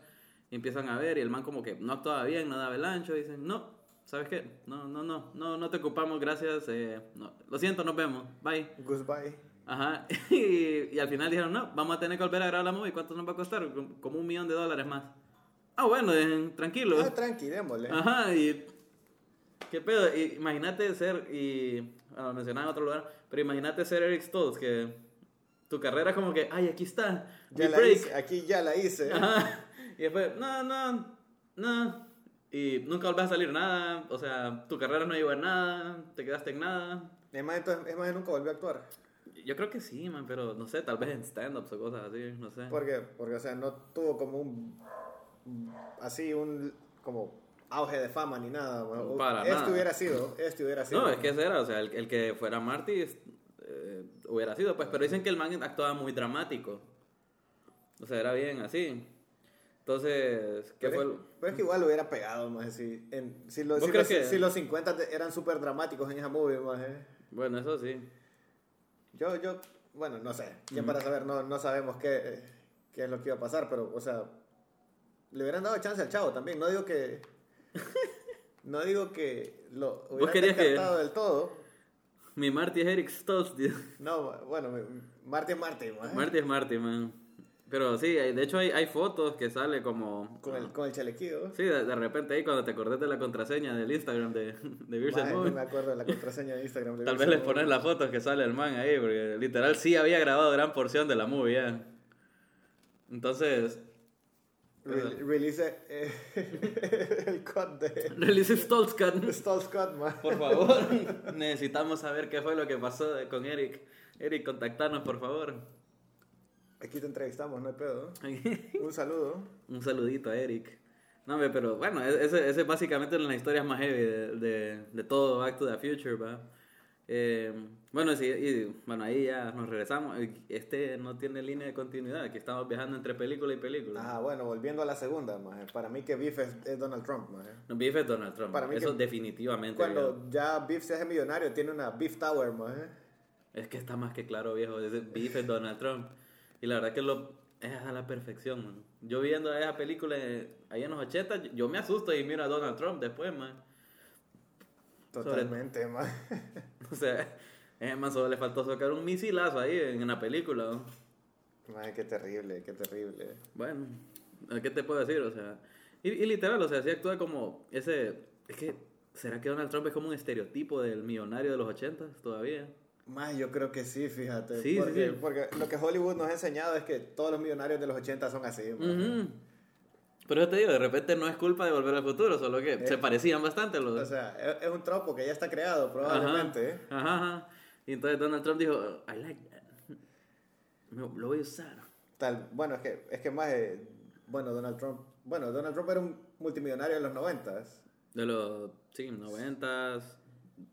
Speaker 2: empiezan a ver y el man como que no actuaba bien, no daba el ancho, dicen, no, ¿sabes qué? No, no, no, no, no te ocupamos, gracias, eh, no, lo siento, nos vemos, bye.
Speaker 1: Goodbye.
Speaker 2: Ajá, y, y al final dijeron, no, vamos a tener que volver a grabar la movie, ¿cuánto nos va a costar? Como como un millón de dólares más. Ah, bueno, dejen- tranquilo.
Speaker 1: Ah, tranqui, démosle.
Speaker 2: Ajá, y. ¿Qué pedo? Y- Imagínate ser. Y. Bueno, lo mencionaba en otro lugar. Pero imagínate ser Eric Stoltz, que. Tu carrera es como que. Ay, aquí está.
Speaker 1: ya
Speaker 2: mi
Speaker 1: la
Speaker 2: break.
Speaker 1: hice, aquí ya la hice.
Speaker 2: Ajá. Y después. No, no. No. Y nunca volvés a salir nada. O sea, tu carrera no llegó a nada. Te quedaste en nada.
Speaker 1: Es más, entonces, es más, nunca volvió a actuar.
Speaker 2: Yo creo que sí, man, pero no sé, tal vez en stand-ups o cosas así, no sé.
Speaker 1: ¿Por qué? Porque, o sea, no tuvo como un. Así, un. Como auge de fama ni nada. bueno,
Speaker 2: Para
Speaker 1: este
Speaker 2: nada.
Speaker 1: hubiera sido, este hubiera sido.
Speaker 2: no, es que ese era, o sea, el, el que fuera Marty eh, hubiera sido, pues, pero dicen que el man actuaba muy dramático. O sea, era bien así. Entonces, ¿qué
Speaker 1: Pero,
Speaker 2: fue?
Speaker 1: es-
Speaker 2: lo-
Speaker 1: pero es que igual hubiera pegado, más si, en- si, los,
Speaker 2: ¿Vos
Speaker 1: si,
Speaker 2: crees
Speaker 1: los,
Speaker 2: que-
Speaker 1: si los 50 te- eran súper dramáticos en esa movie, más eh.
Speaker 2: Bueno, eso sí.
Speaker 1: Yo, yo, bueno, no sé. Ya para saber, no, no sabemos qué, qué es lo que iba a pasar, pero, o sea, le hubieran dado chance al chavo también. No digo que. no digo que lo hubieran
Speaker 2: querías que-
Speaker 1: descartado del todo.
Speaker 2: Mi Marty es Eric Stoltz, tío.
Speaker 1: No, bueno, mi- Marty es Marty, maje.
Speaker 2: Marty es Marty, man. Pero sí, hay- de hecho hay, hay fotos que sale como...
Speaker 1: Con el, con el chalequillo.
Speaker 2: Sí, de, de repente ahí cuando te acordás de la contraseña del Instagram de, de Beers and
Speaker 1: Maje,
Speaker 2: Movie.
Speaker 1: no me acuerdo de la contraseña de Instagram. de
Speaker 2: Tal vez
Speaker 1: Wilson
Speaker 2: les
Speaker 1: Moon.
Speaker 2: pones las fotos que sale el man ahí, porque literal sí había grabado gran porción de la movie ya. Entonces,
Speaker 1: Re- release eh, el cut de
Speaker 2: release Stoltz Cut.
Speaker 1: Stall Scott, maje.
Speaker 2: Por favor, necesitamos saber qué fue lo que pasó con Eric. Eric, contactanos, por favor.
Speaker 1: Aquí te entrevistamos, no hay pedo. Un saludo.
Speaker 2: Un saludito a Eric. No, hombre, pero bueno, e- ese, ese es básicamente una de las historias más heavy de, de- de todo Back to the Future, ¿va? Eh, bueno, sí, y, bueno, ahí ya nos regresamos. Este no tiene línea de continuidad, aquí estamos viajando entre película y película.
Speaker 1: Ah, bueno, volviendo a la segunda, maje. Para mí que Beef es, es Donald Trump, maje.
Speaker 2: No, Beef es Donald Trump.
Speaker 1: Para mí
Speaker 2: Eso
Speaker 1: que-
Speaker 2: definitivamente. viejo.
Speaker 1: Cuando ya Beef se hace millonario, tiene una Beef Tower, maje.
Speaker 2: Es que está más que claro, viejo. Ese Beef es Donald Trump. Y la verdad que lo es a la perfección, man. Yo viendo esa película eh, ahí en los 80, yo me asusto y miro a Donald Trump después, man.
Speaker 1: Totalmente, maje.
Speaker 2: O sea, es más, solo le faltó sacar un misilazo ahí en, en la película. ¿no?
Speaker 1: Maje, qué terrible, qué terrible.
Speaker 2: Bueno, ¿qué te puedo decir? O sea, y, y literal, o sea, sí actúa como ese. Es que, ¿será que Donald Trump es como un estereotipo del millonario de los 80 todavía?
Speaker 1: Más, yo creo que sí, fíjate.
Speaker 2: Sí, sí,
Speaker 1: porque,
Speaker 2: sí.
Speaker 1: porque lo que Hollywood nos ha enseñado es que todos los millonarios de los 80 son así. maje.
Speaker 2: Ujú. Pero yo te digo, de repente no es culpa de volver al futuro, solo que
Speaker 1: Eh.
Speaker 2: se parecían bastante los.
Speaker 1: O sea, es, es un tropo que ya está creado, probablemente. ¿eh?
Speaker 2: Ajá, ajá. Y entonces Donald Trump dijo, I like that. Me- lo voy a usar.
Speaker 1: Tal, bueno, es que, es que más, bueno, Donald Trump, bueno, Donald Trump era un multimillonario en los 90
Speaker 2: De los, sí, 90,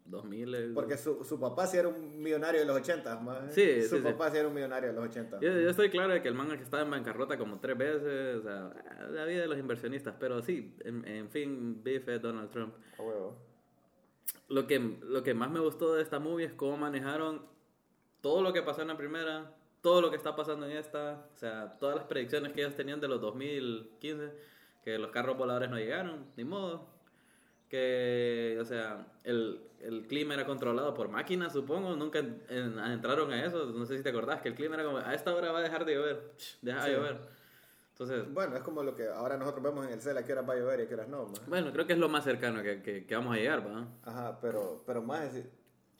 Speaker 2: 2000.
Speaker 1: porque su, su papá sí era un millonario de los 80 más.
Speaker 2: Sí,
Speaker 1: su
Speaker 2: sí, sí.
Speaker 1: papá sí. era un millonario de los 80.
Speaker 2: Yo, yo estoy claro de que el manga que estaba en bancarrota como tres veces, o sea, la vida de los inversionistas, pero sí, en, en fin, bife Donald Trump.
Speaker 1: A huevo.
Speaker 2: Lo que, lo que más me gustó de esta movie es cómo manejaron todo lo que pasó en la primera, todo lo que está pasando en esta, o sea, todas las predicciones que ellos tenían de los 2015, que los carros voladores no llegaron, ni modo, que, o sea, el, el clima era controlado por máquinas, supongo, nunca en- en- entraron a eso, no sé si te acordás, que el clima era como, a esta hora va a dejar de llover, deja de llover. Entonces,
Speaker 1: Bueno, es como lo que ahora nosotros vemos en el CEL, a qué horas va a llover y a qué horas no, más.
Speaker 2: bueno, creo que es lo más cercano que, que- que vamos a llegar, ¿verdad?
Speaker 1: Ajá, pero, pero más, es,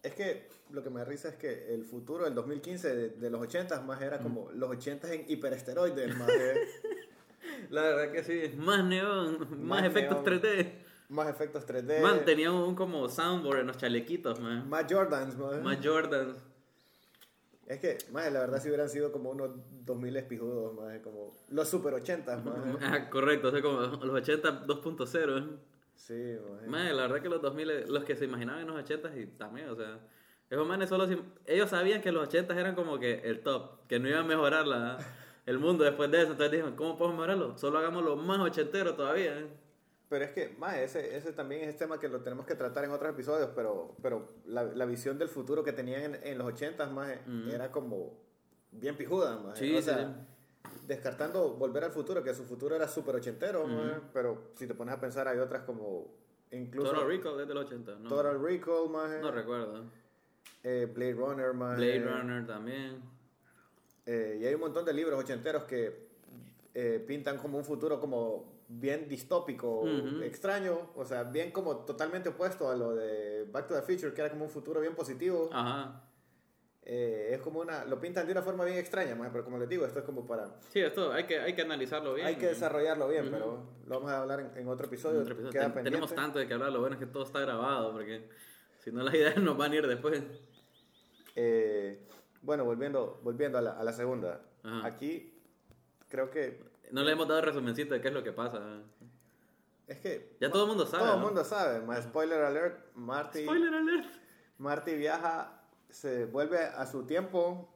Speaker 1: es que lo que me da risa es que el futuro del 2015 de, de los 80 más era como los 80 en hiperesteroides, más, eh,
Speaker 2: La verdad que sí, más neón, más,
Speaker 1: Más
Speaker 2: efectos
Speaker 1: neón.
Speaker 2: 3D.
Speaker 1: más efectos 3D,
Speaker 2: Man, tenía un como soundboard en los chalequitos, man.
Speaker 1: más Jordans, más.
Speaker 2: Más Jordans.
Speaker 1: Es que, más, la verdad, si hubieran sido como unos 2000 espijudos, más, como los super 80, más.
Speaker 2: Ah, correcto, o sea, como los 80 2.0.
Speaker 1: Sí, más.
Speaker 2: Man, la verdad que los 2000, los que se imaginaban en los 80 y también, o sea, esos manes solo se- ellos sabían que los 80 eran como que el top, que no iba a mejorar la, el mundo después de eso, entonces dijeron, ¿cómo podemos mejorarlo? Solo hagámoslo más ochentero todavía. ¿eh?
Speaker 1: Pero es que, más, ese, ese también es tema que lo tenemos que tratar en otros episodios, pero, pero la, la visión del futuro que tenían en, en los 80 más era como bien pijuda, más.
Speaker 2: Sí,
Speaker 1: o
Speaker 2: sí,
Speaker 1: sea, descartando volver al futuro, que su futuro era súper ochentero, maje, pero si te pones a pensar, hay otras como incluso
Speaker 2: Total Recall es del 80, ¿no?
Speaker 1: Total Recall, maje.
Speaker 2: No recuerdo.
Speaker 1: Eh, Blade Runner, más.
Speaker 2: Blade Runner también.
Speaker 1: Eh, y hay un montón de libros ochenteros que eh, pintan como un futuro como bien distópico,
Speaker 2: Ujú.
Speaker 1: extraño, o sea, bien como totalmente opuesto a lo de Back to the Future, que era como un futuro bien positivo.
Speaker 2: Ajá.
Speaker 1: Eh, es como una, lo pintan de una forma bien extraña, maje, pero como les digo, esto es como para...
Speaker 2: Sí, esto hay que, hay que analizarlo bien.
Speaker 1: hay que
Speaker 2: y-
Speaker 1: desarrollarlo bien,
Speaker 2: Ujú.
Speaker 1: pero lo vamos a hablar en, en otro
Speaker 2: en
Speaker 1: episodio.
Speaker 2: otro episodio.
Speaker 1: Queda
Speaker 2: Ten-
Speaker 1: pendiente.
Speaker 2: tenemos tanto de que hablar, lo bueno es que todo está grabado, porque si no las ideas nos van a ir después.
Speaker 1: Eh, bueno, volviendo, volviendo a, la, a la segunda.
Speaker 2: Ajá.
Speaker 1: Aquí creo que...
Speaker 2: No le hemos dado resumencito de qué es lo que pasa.
Speaker 1: Es que...
Speaker 2: Ya todo el mundo sabe.
Speaker 1: Todo el
Speaker 2: ¿no?
Speaker 1: mundo sabe, más spoiler alert, Marty...
Speaker 2: Spoiler alert.
Speaker 1: Marty viaja, se vuelve a su tiempo,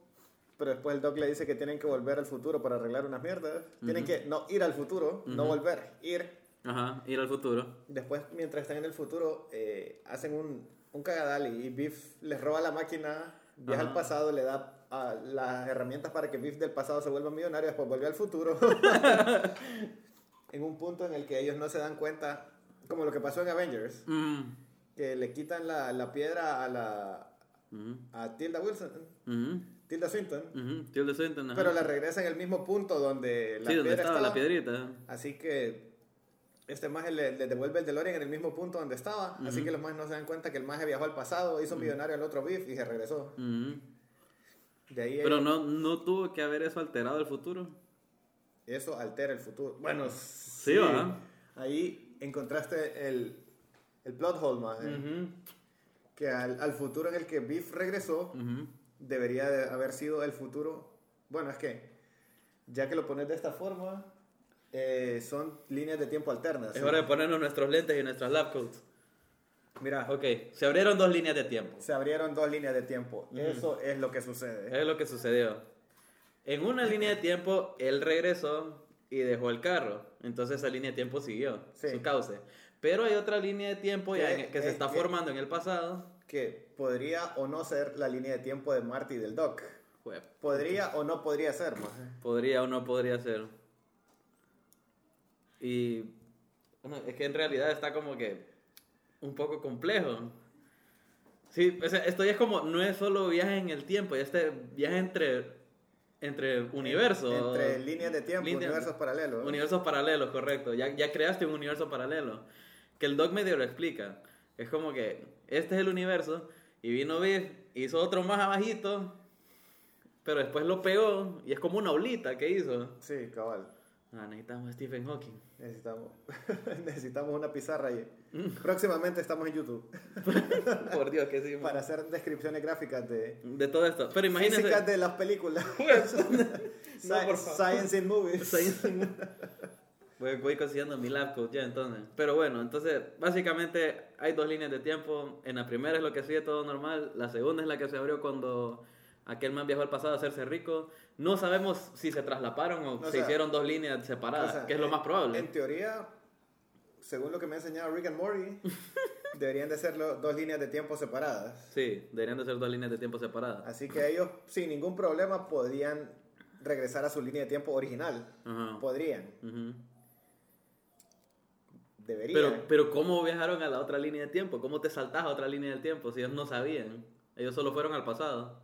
Speaker 1: pero después el Doc le dice que tienen que volver al futuro para arreglar unas mierdas. Tienen que no ir al futuro, no volver, ir.
Speaker 2: Ajá, ir al futuro.
Speaker 1: Después, mientras están en el futuro, eh, hacen un, un cagadal y Biff les roba la máquina, viaja
Speaker 2: Ajá.
Speaker 1: al pasado, le da ah, las herramientas para que Biff del pasado se vuelva millonario, después vuelve al futuro. en un punto en el que ellos no se dan cuenta, como lo que pasó en Avengers,
Speaker 2: Mm.
Speaker 1: que le quitan la, la piedra a la...
Speaker 2: Ujú,
Speaker 1: A Tilda Wilson,
Speaker 2: ujú,
Speaker 1: Tilda Swinton,
Speaker 2: ujú. Yo le siento, ajá.
Speaker 1: pero la regresa en el mismo punto donde la
Speaker 2: Sí, donde
Speaker 1: piedra
Speaker 2: estaba
Speaker 1: estaba.
Speaker 2: la piedrita.
Speaker 1: Así que este maje le, le devuelve el DeLorean en el mismo punto donde estaba. Así que los majes no se dan cuenta que el maje viajó al pasado, hizo un millonario al otro beef y se regresó.
Speaker 2: Ujú.
Speaker 1: De ahí
Speaker 2: Mm, Pero
Speaker 1: ellos-
Speaker 2: no, no tuvo que haber eso alterado el futuro.
Speaker 1: eso altera el futuro. Bueno, sí.
Speaker 2: ¿verdad?
Speaker 1: Ahí encontraste el, el plot hole, maje.
Speaker 2: Ujú,
Speaker 1: Que al, al futuro en el que Biff regresó,
Speaker 2: ujú.
Speaker 1: debería de haber sido el futuro. Bueno, es que ya que lo pones de esta forma, eh, son líneas de tiempo alternas.
Speaker 2: Es
Speaker 1: ¿sí?
Speaker 2: hora de ponernos nuestros lentes y nuestras lab coats.
Speaker 1: Mira,
Speaker 2: Ok, se abrieron dos líneas de tiempo.
Speaker 1: se abrieron dos líneas de tiempo. Eso es lo que sucede.
Speaker 2: Es lo que sucedió. En una línea de tiempo, él regresó y dejó el carro. Entonces esa línea de tiempo siguió
Speaker 1: Sí.
Speaker 2: su cauce. Pero hay otra línea de tiempo ya
Speaker 1: Que-
Speaker 2: en- que se
Speaker 1: eh,
Speaker 2: está
Speaker 1: que-
Speaker 2: formando en el pasado.
Speaker 1: Que podría o no ser la línea de tiempo de Marty y del Doc.
Speaker 2: Jue-
Speaker 1: Podría o no podría ser, más.
Speaker 2: Podría o no podría ser. Y bueno, es que en realidad está como que un poco complejo. Sí, o sea, esto ya es como, no es solo viaje en el tiempo, ya este viaje entre, entre universos.
Speaker 1: Entre líneas de tiempo,
Speaker 2: Línea-
Speaker 1: universos paralelos.
Speaker 2: Universos paralelos, correcto. Ya, ya creaste un universo paralelo. Que el Doc medio lo explica. Es como que este es el universo y vino Biff, hizo otro más abajito, pero después lo pegó y es como una olita que hizo.
Speaker 1: sí, cabal.
Speaker 2: Ah, necesitamos a Stephen Hawking.
Speaker 1: Necesitamos, necesitamos una pizarra ahí.
Speaker 2: Mm.
Speaker 1: Próximamente estamos en YouTube
Speaker 2: Por Dios, que sí. man.
Speaker 1: para hacer descripciones gráficas de,
Speaker 2: De todo esto. Pero imagínense.
Speaker 1: físicas de las películas. Sci-
Speaker 2: No, por favor.
Speaker 1: Science in movies.
Speaker 2: Voy, voy consiguiendo mi laptop ya entonces. Pero bueno, entonces básicamente hay dos líneas de tiempo. En la primera es lo que sigue todo normal. La segunda es la que se abrió cuando aquel man viajó al pasado a hacerse rico. No sabemos si se traslaparon o,
Speaker 1: O
Speaker 2: se
Speaker 1: sea,
Speaker 2: hicieron dos líneas separadas,
Speaker 1: O sea,
Speaker 2: que es lo
Speaker 1: en-
Speaker 2: más probable.
Speaker 1: En teoría, según lo que me ha enseñado Rick and Morty, deberían de ser lo- dos líneas de tiempo separadas.
Speaker 2: Sí, deberían de ser dos líneas de tiempo separadas.
Speaker 1: Así que ellos, sin ningún problema, podían regresar a su línea de tiempo original.
Speaker 2: Ajá.
Speaker 1: Podrían,
Speaker 2: Ujú.
Speaker 1: deberían.
Speaker 2: Pero, pero ¿cómo viajaron a la otra línea de tiempo? ¿Cómo te saltas a otra línea del tiempo si ellos no sabían? Ellos solo fueron al pasado.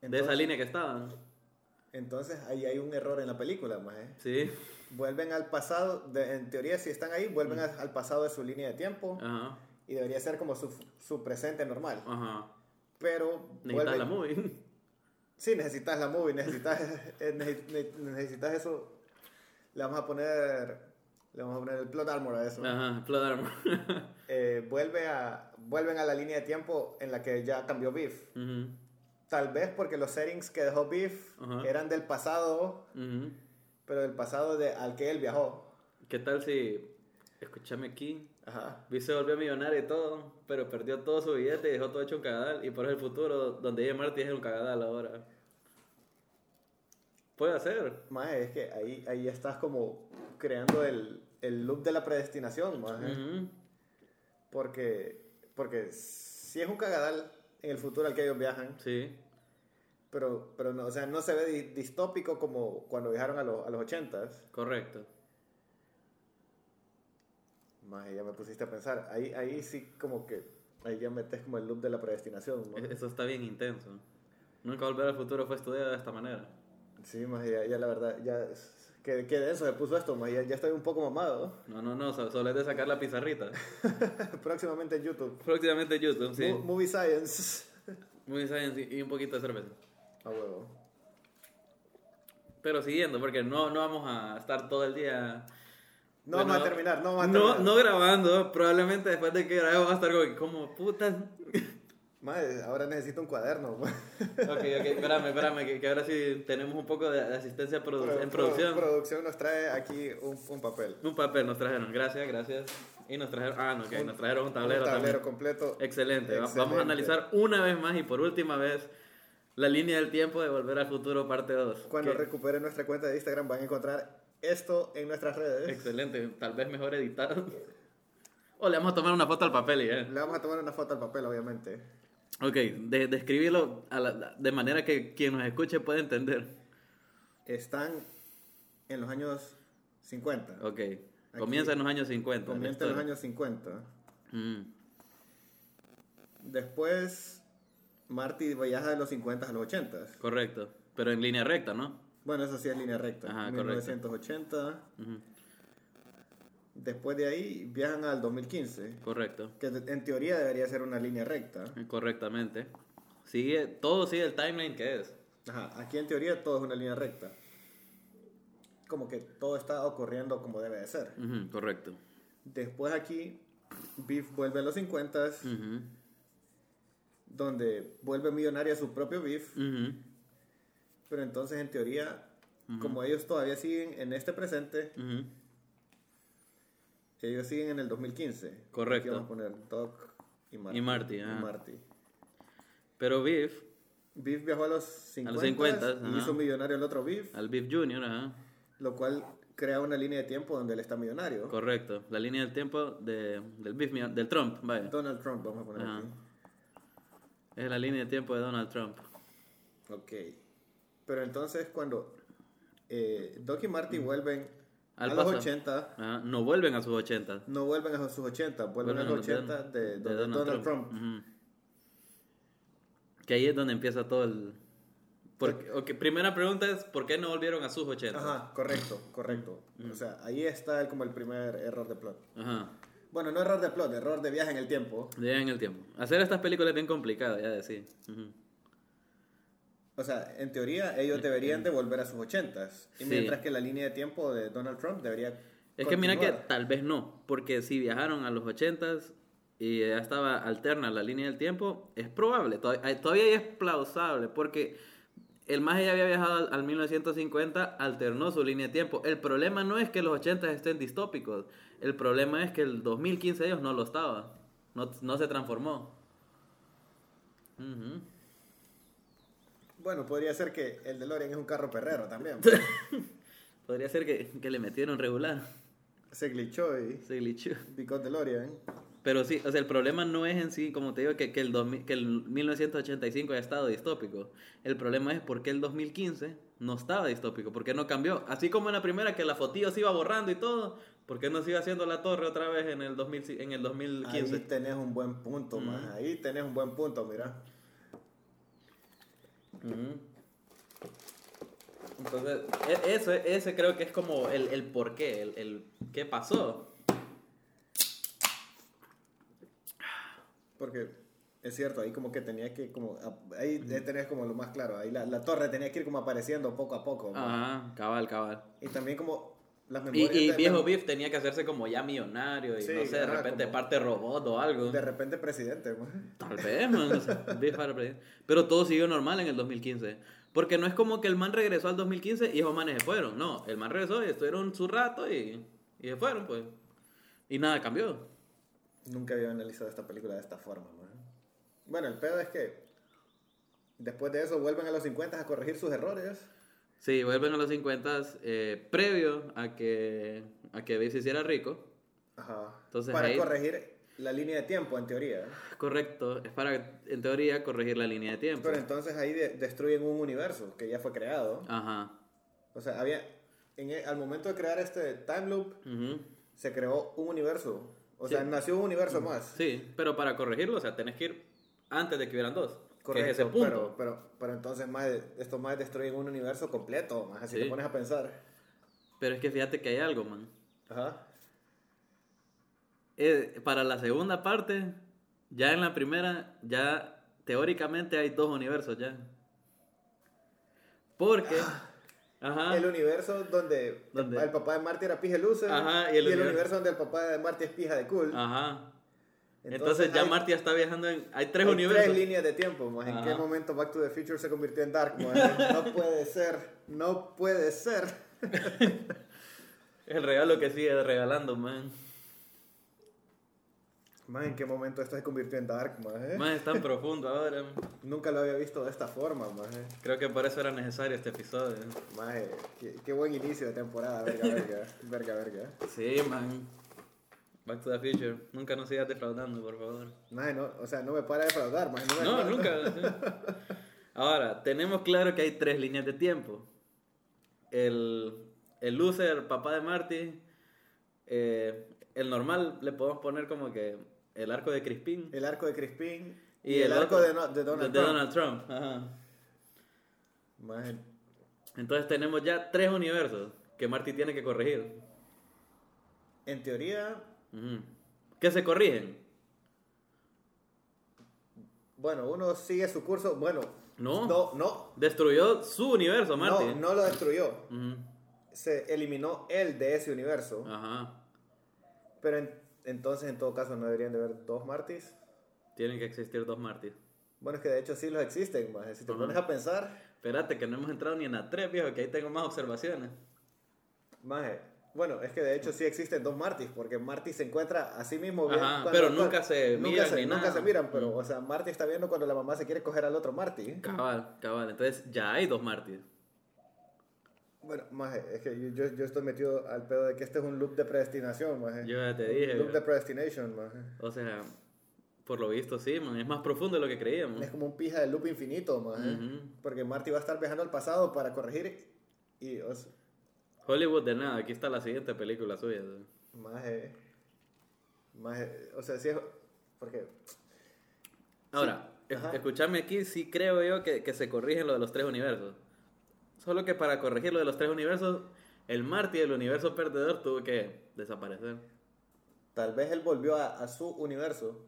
Speaker 2: de esa
Speaker 1: Entonces-
Speaker 2: línea que estaban.
Speaker 1: Entonces ahí hay un error en la película, maje.
Speaker 2: Sí.
Speaker 1: Vuelven al pasado, de- en teoría si están ahí, vuelven a- al pasado de su línea de tiempo
Speaker 2: Ajá.
Speaker 1: y debería ser como su, su presente normal.
Speaker 2: Ajá.
Speaker 1: Pero
Speaker 2: Necesitas
Speaker 1: vuelven-
Speaker 2: la movie.
Speaker 1: Sí, necesitas la movie, necesitas, eh, neces- ne- necesitas eso. Le vamos a poner, le vamos a poner el plot armor a eso.
Speaker 2: Ajá. Plot Armor.
Speaker 1: Eh, vuelve a, vuelven a la línea de tiempo en la que ya cambió Beef.
Speaker 2: Ujú,
Speaker 1: Tal vez porque los settings que dejó Beef
Speaker 2: Ajá.
Speaker 1: eran del pasado,
Speaker 2: ujú.
Speaker 1: pero del pasado de, al que él viajó.
Speaker 2: ¿Qué tal si... Escúchame aquí.
Speaker 1: Ajá.
Speaker 2: Vi se volvió millonario y todo, pero perdió todo su billete y dejó todo hecho un cagadal. Y por eso el futuro, donde ella Marty es un cagadal ahora. Puede ser.
Speaker 1: Mae, es que ahí, ahí estás como creando el, el loop de la predestinación, mae.
Speaker 2: Ujú.
Speaker 1: Porque, porque si es un cagadal en el futuro al que ellos viajan,
Speaker 2: Sí.
Speaker 1: Pero, pero no, o sea, no se ve di- distópico como cuando viajaron a, los a los 80s.
Speaker 2: Correcto.
Speaker 1: Más ya me pusiste a pensar. Ahí, ahí sí como que ahí ya metes como el loop de la predestinación. ¿no?
Speaker 2: E- Eso está bien intenso. Nunca volver al futuro fue estudiado de esta manera.
Speaker 1: Sí, más ya, ya la verdad, ya. es- Qué, qué denso se puso esto, más ya, ya estoy un poco mamado.
Speaker 2: No, no, no, so- solo es de sacar la pizarrita.
Speaker 1: Próximamente en YouTube.
Speaker 2: Próximamente YouTube, sí.
Speaker 1: Mo- Movie Science.
Speaker 2: Muy science y y un poquito de cerveza.
Speaker 1: A huevo.
Speaker 2: Pero siguiendo, porque no, no vamos a estar todo el día.
Speaker 1: No
Speaker 2: Bueno,
Speaker 1: vamos a terminar, no vamos a
Speaker 2: No,
Speaker 1: terminar.
Speaker 2: no grabando, probablemente después de que grabemos va a estar como, que, ¿cómo putas?
Speaker 1: Madre, ahora necesito un cuaderno. ma.
Speaker 2: Ok, ok, espérame, espérame, que, que ahora sí tenemos un poco de, de asistencia produ-
Speaker 1: Pro-
Speaker 2: en
Speaker 1: pro-
Speaker 2: producción.
Speaker 1: producción nos trae aquí un, un papel.
Speaker 2: Un papel nos trajeron, gracias, gracias. Y nos trajeron, ah, no, ok,
Speaker 1: Un-
Speaker 2: nos trajeron un
Speaker 1: Un
Speaker 2: tablero,
Speaker 1: tablero
Speaker 2: también.
Speaker 1: completo.
Speaker 2: Excelente. va- vamos
Speaker 1: Excelente.
Speaker 2: a analizar una vez más y por última vez la línea del tiempo de Volver al Futuro parte 2.
Speaker 1: Cuando recupere nuestra cuenta de Instagram van a encontrar esto en nuestras redes.
Speaker 2: Excelente, tal vez mejor editado. O le vamos a tomar una foto al papel y ya.
Speaker 1: Le vamos a tomar una foto al papel, obviamente.
Speaker 2: Ok, de, describirlo a la- de manera que quien nos escuche pueda entender.
Speaker 1: Están en los años 50.
Speaker 2: Ok, comienza en los años 50. la
Speaker 1: Comienza en los
Speaker 2: historia.
Speaker 1: años 50.
Speaker 2: Mm,
Speaker 1: Después, Marty viaja de los 50 a los 80.
Speaker 2: correcto, pero en línea recta, ¿no?
Speaker 1: Bueno, eso sí es línea recta.
Speaker 2: Ajá, correcto.
Speaker 1: 1980.
Speaker 2: Ujú,
Speaker 1: Después de ahí, viajan al 2015.
Speaker 2: correcto,
Speaker 1: Que de- en teoría debería ser una línea recta.
Speaker 2: correctamente. Sigue, todo sigue el timeline que es.
Speaker 1: Ajá, aquí en teoría todo es una línea recta. Como que todo está ocurriendo como debe de ser.
Speaker 2: Ujú, correcto.
Speaker 1: Después aquí, Beef vuelve a los 50,
Speaker 2: Ujú,
Speaker 1: donde vuelve millonaria su propio Beef,
Speaker 2: ujú,
Speaker 1: pero entonces en teoría, como ellos todavía siguen en este presente,
Speaker 2: ujú.
Speaker 1: ellos siguen en el 2015. Aquí
Speaker 2: Correcto.
Speaker 1: vamos a poner Doc y Marty.
Speaker 2: Y Marty, ajá.
Speaker 1: Marty.
Speaker 2: Pero Biff,
Speaker 1: Beef viajó a los 50,
Speaker 2: 50,
Speaker 1: y
Speaker 2: ajá.
Speaker 1: hizo millonario el otro Beef,
Speaker 2: al Biff Jr., ajá,
Speaker 1: lo cual crea una línea de tiempo donde él está millonario.
Speaker 2: correcto. La línea del tiempo de, del Biff, mi- del Trump, vaya.
Speaker 1: Donald Trump, vamos a poner
Speaker 2: Ajá.
Speaker 1: aquí.
Speaker 2: Es la línea de tiempo de Donald Trump.
Speaker 1: Ok. Pero entonces cuando eh, Doc y Marty vuelven
Speaker 2: Al
Speaker 1: a los
Speaker 2: pasado.
Speaker 1: 80,
Speaker 2: Ajá, No vuelven a sus 80.
Speaker 1: no vuelven a sus 80, vuelven, a los 80 de,
Speaker 2: de
Speaker 1: donde Donald, Trump.
Speaker 2: Ujú. Que ahí es donde empieza todo el... por- ok, primera pregunta es, ¿por qué no volvieron a sus 80?
Speaker 1: Ajá, correcto, correcto. O sea, ahí está el- como el primer error de plot.
Speaker 2: Ajá.
Speaker 1: Bueno, no error de plot, error de viaje en el tiempo.
Speaker 2: Ya en el tiempo. Hacer estas películas es bien complicado, ya decir. Ujú.
Speaker 1: O sea, en teoría ellos deberían de volver a sus 80 y
Speaker 2: Sí.
Speaker 1: mientras que la línea de tiempo de Donald Trump debería
Speaker 2: Es que mira que
Speaker 1: continuar.
Speaker 2: tal vez no, porque si viajaron a los 80s y ya estaba alterna la línea del tiempo, es probable, todavía, ahí- todavía ahí es plausible, porque el más ya había viajado al, al 1950, alternó su línea de tiempo. El problema no es que los 80s estén distópicos, el problema es que el 2015 ellos no lo estaba, no, no se transformó. Ujú.
Speaker 1: Bueno, podría ser que el DeLorean es un carro perrero también.
Speaker 2: Podría ser que, que le metieron regular,
Speaker 1: Se glitchó y
Speaker 2: se glitchó.
Speaker 1: because DeLorean.
Speaker 2: Pero sí, o sea, el problema no es en sí, como te digo, que, que, el, 2000 que el 1985 haya estado distópico. El problema es por qué el 2015 no estaba distópico, por qué no cambió. Así como en la primera, que la fotillo se iba borrando y todo, ¿por qué no se iba haciendo la torre otra vez en el, 2000, en el
Speaker 1: Ahí
Speaker 2: 2015?
Speaker 1: tenés un buen punto, más. Ahí tenés un buen punto, mira.
Speaker 2: Ujú. Entonces, e- eso, ese creo que es como el, el por qué, el, el qué pasó.
Speaker 1: Porque es cierto, ahí como que tenía que como a- ahí tenés como lo más claro, ahí la, la torre tenía que ir como apareciendo poco a poco. ma.
Speaker 2: Ajá, cabal, cabal.
Speaker 1: Y también como las
Speaker 2: Y,
Speaker 1: memorias
Speaker 2: y
Speaker 1: de-
Speaker 2: viejo
Speaker 1: de-
Speaker 2: Biff tenía que hacerse como ya millonario y
Speaker 1: Sí,
Speaker 2: no sé, de
Speaker 1: ajá,
Speaker 2: repente
Speaker 1: como-
Speaker 2: parte robot o algo.
Speaker 1: de repente presidente, ma.
Speaker 2: Tal vez, man. o sea, Biff para presidente. Pero todo siguió normal en el 2015. Porque no es como que el man regresó al 2015 y esos manes se fueron. No, el man regresó y estuvieron su rato y, y se fueron, pues. Y nada cambió.
Speaker 1: Nunca había analizado esta película de esta forma, ma. Bueno, el pedo es que después de eso vuelven a los 50 a corregir sus errores.
Speaker 2: Sí, vuelven a los 50 eh, previo a que, a que Biff se hiciera rico.
Speaker 1: Ajá.
Speaker 2: Entonces,
Speaker 1: para
Speaker 2: ahí-
Speaker 1: corregir la línea de tiempo en teoría.
Speaker 2: Correcto, es para, en teoría, corregir la línea de tiempo.
Speaker 1: Pero entonces ahí de- destruyen un universo que ya fue creado.
Speaker 2: Ajá.
Speaker 1: O sea, había en e- al momento de crear este time loop
Speaker 2: Ujú.
Speaker 1: se creó un universo O
Speaker 2: Sí.
Speaker 1: sea, nació un universo más.
Speaker 2: Sí, pero para corregirlo, o sea, tenés que ir antes de que hubieran dos. que es ese punto.
Speaker 1: pero, pero, pero entonces más, estos más destruyen un universo completo, más así
Speaker 2: Sí.
Speaker 1: te pones a pensar.
Speaker 2: Pero es que fíjate que hay algo, man.
Speaker 1: Ajá.
Speaker 2: Eh, para la segunda parte, ya en la primera, ya teóricamente hay dos universos ya. Porque. Ajá.
Speaker 1: Ah, El universo donde
Speaker 2: ¿Dónde?
Speaker 1: el papá de Marty era pija loser
Speaker 2: Ajá, y el universo-
Speaker 1: universo donde el papá de Marty es pija de cool.
Speaker 2: Ajá. Entonces, ya
Speaker 1: hay-
Speaker 2: Marty ya está viajando en. Hay tres
Speaker 1: hay
Speaker 2: universos.
Speaker 1: Tres líneas de tiempo, más. ¿En
Speaker 2: Ajá.
Speaker 1: qué momento Back to the Future se convirtió en Dark? Más? No puede ser, no puede ser.
Speaker 2: Es el regalo que sigue regalando, man.
Speaker 1: Más, ¿en qué momento esto se convirtió en Dark? Más, eh?
Speaker 2: Man, es tan profundo ahora.
Speaker 1: Nunca lo había visto de esta forma, más. eh.
Speaker 2: Creo que por eso era necesario este episodio.
Speaker 1: Más, eh, qué, qué buen inicio de temporada, verga, verga, verga, verga.
Speaker 2: Sí, man. Back to the Future. Nunca nos sigas defraudando, por favor.
Speaker 1: Más, no, o sea, no me para de defraudar, más. me
Speaker 2: No,
Speaker 1: para-
Speaker 2: nunca. sí. Ahora, tenemos claro que hay tres líneas de tiempo. El, el loser, papá de Marty. eh, el normal, le podemos poner como que el arco de Crispin.
Speaker 1: El arco de Crispin y, el,
Speaker 2: otro-
Speaker 1: arco de, no- de Donald
Speaker 2: de
Speaker 1: Trump.
Speaker 2: Donald Trump, ajá.
Speaker 1: Más,
Speaker 2: Entonces tenemos ya tres universos que Marty tiene que corregir.
Speaker 1: en teoría,
Speaker 2: Ujú. Que se corrigen.
Speaker 1: bueno, uno sigue su curso. Bueno,
Speaker 2: No.
Speaker 1: no, no,
Speaker 2: Destruyó su universo, Marty.
Speaker 1: no, no lo destruyó.
Speaker 2: Ujú.
Speaker 1: Se eliminó él de ese universo.
Speaker 2: Ah. Ajá.
Speaker 1: Pero en- entonces, en todo caso, no deberían de haber dos Martys.
Speaker 2: Tienen que existir dos Martys.
Speaker 1: Bueno, es que de hecho sí los existen, más. Si te
Speaker 2: Ajá.
Speaker 1: pones a pensar,
Speaker 2: Espérate, que no hemos entrado ni en la 3, viejo, que ahí tengo más observaciones.
Speaker 1: más. Bueno, es que de hecho sí existen dos Martys, porque Marty se encuentra a sí mismo. bien
Speaker 2: Ajá,
Speaker 1: cuando-
Speaker 2: pero
Speaker 1: cuando-
Speaker 2: nunca se
Speaker 1: nunca
Speaker 2: miran
Speaker 1: se,
Speaker 2: ni
Speaker 1: nunca
Speaker 2: nada.
Speaker 1: se miran, pero, o sea, Marty está viendo cuando la mamá se quiere coger al otro Marty.
Speaker 2: Cabal, cabal. Entonces ya hay dos mártires.
Speaker 1: Bueno, más, es que yo, yo- yo estoy metido al pedo de que este es un loop de predestinación, más.
Speaker 2: Yo ya te dije.
Speaker 1: Loop de
Speaker 2: viejo.
Speaker 1: predestination, más.
Speaker 2: O sea, por lo visto sí, man. Es más profundo de lo que creíamos.
Speaker 1: Es como un pija de loop infinito, más.
Speaker 2: Ujú.
Speaker 1: Porque Marty va a estar viajando al pasado para corregir y, o sea,
Speaker 2: Hollywood de nada, aquí está la siguiente película suya. ¿sí?
Speaker 1: Más, eh, más, eh, o sea, sí es, porque,
Speaker 2: Ahora, es-
Speaker 1: ajá.
Speaker 2: escuchame aquí, sí creo yo que, que se corrige lo de los tres universos. Solo que para corregir lo de los tres universos, el mártir del universo perdedor tuvo que desaparecer.
Speaker 1: tal vez él volvió a, a su universo.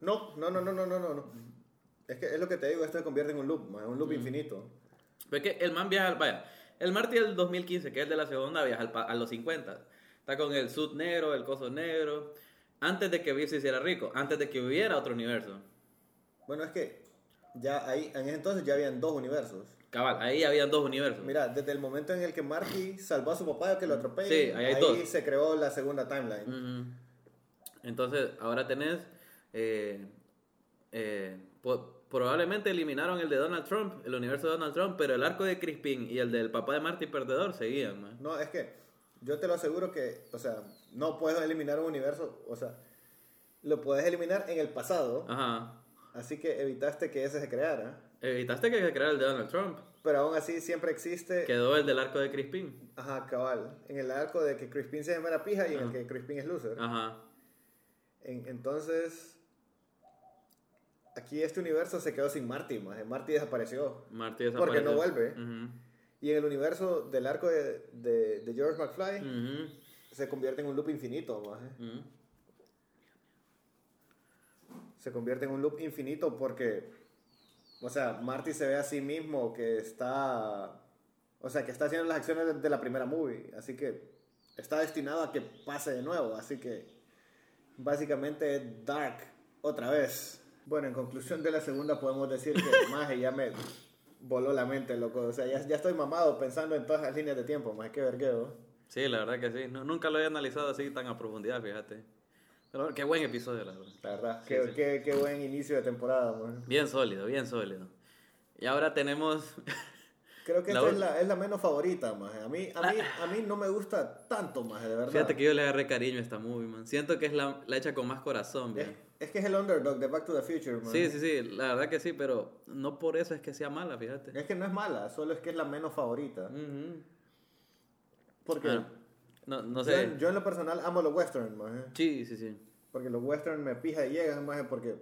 Speaker 1: No, no, no, no, no, no, no, no. Es que es lo que te digo, esto se convierte en un loop, más,
Speaker 2: Mm.
Speaker 1: un loop infinito.
Speaker 2: Porque el man viaja, al- vaya, el Marty del 2015, que es de la segunda, viaja al pa- a los 50. Está con el sud negro, el coso negro, antes de que Biff se hiciera rico, antes de que hubiera otro universo.
Speaker 1: Bueno, es que ya ahí, en ese entonces ya habían dos universos.
Speaker 2: Cabal, ahí habían dos universos.
Speaker 1: Mira, desde el momento en el que Marty salvó a su papá de que lo atropelle,
Speaker 2: Sí, ahí hay dos. Mm.
Speaker 1: se creó la segunda timeline.
Speaker 2: Ujú. Entonces, ahora tenés, eh, eh, po- probablemente eliminaron el de Donald Trump, el universo de Donald Trump, pero el arco de Crispin y el del papá de Marty perdedor seguían, man.
Speaker 1: No, es que yo te lo aseguro que, o sea, no puedes eliminar un universo, o sea, lo puedes eliminar en el pasado,
Speaker 2: Ah. Ajá.
Speaker 1: así que evitaste que ese se creara.
Speaker 2: Evitaste que se creara el de Donald Trump.
Speaker 1: Pero aún así siempre existe,
Speaker 2: Quedó el del arco de Crispin.
Speaker 1: ajá, cabal, en el arco de que Crispin se llama la pija y en el que Crispin es loser.
Speaker 2: Ajá.
Speaker 1: En- entonces, aquí este universo se quedó sin Marty, más. Marty desapareció.
Speaker 2: Marty
Speaker 1: Porque
Speaker 2: desapareció.
Speaker 1: no vuelve.
Speaker 2: Ujú.
Speaker 1: Y en el universo del arco de, de- de George McFly
Speaker 2: Ujú.
Speaker 1: se convierte en un loop infinito, maje.
Speaker 2: Ujú.
Speaker 1: se convierte en un loop infinito porque, o sea, Marty se ve a sí mismo que está, o sea, que está haciendo las acciones de, de la primera movie, así que está destinado a que pase de nuevo, así que básicamente es Dark otra vez. Bueno, en conclusión de la segunda podemos decir que Maje ya me voló la mente, loco, o sea, ya, ya estoy mamado pensando en todas las líneas de tiempo, más que vergueo.
Speaker 2: Sí, la verdad que sí. No- nunca lo había analizado así tan a profundidad, fíjate. Pero qué buen episodio, la verdad.
Speaker 1: La verdad,
Speaker 2: Sí,
Speaker 1: qué,
Speaker 2: sí.
Speaker 1: qué- qué buen inicio de temporada, man.
Speaker 2: Bien sólido, bien sólido. Y ahora tenemos...
Speaker 1: Creo que
Speaker 2: La
Speaker 1: esta
Speaker 2: ul-
Speaker 1: es la, es la menos favorita, maje. A mí, a mí, a mí no me gusta tanto, maje, de verdad.
Speaker 2: Fíjate que yo le agarré cariño a esta movie, man. Siento que es la, la hecha con más corazón,
Speaker 1: es,
Speaker 2: bien.
Speaker 1: es que es el underdog de Back to the Future, man.
Speaker 2: Sí, sí, sí, la verdad que sí, pero no por eso es que sea mala, fíjate.
Speaker 1: Es que no es mala, solo es que es la menos favorita.
Speaker 2: Ujú.
Speaker 1: Porque,
Speaker 2: Mm. Ah. No, no
Speaker 1: Yo,
Speaker 2: sé.
Speaker 1: yo en lo personal amo los western, maje.
Speaker 2: Sí, sí, sí.
Speaker 1: Porque los western me pija y llegan, maje, porque...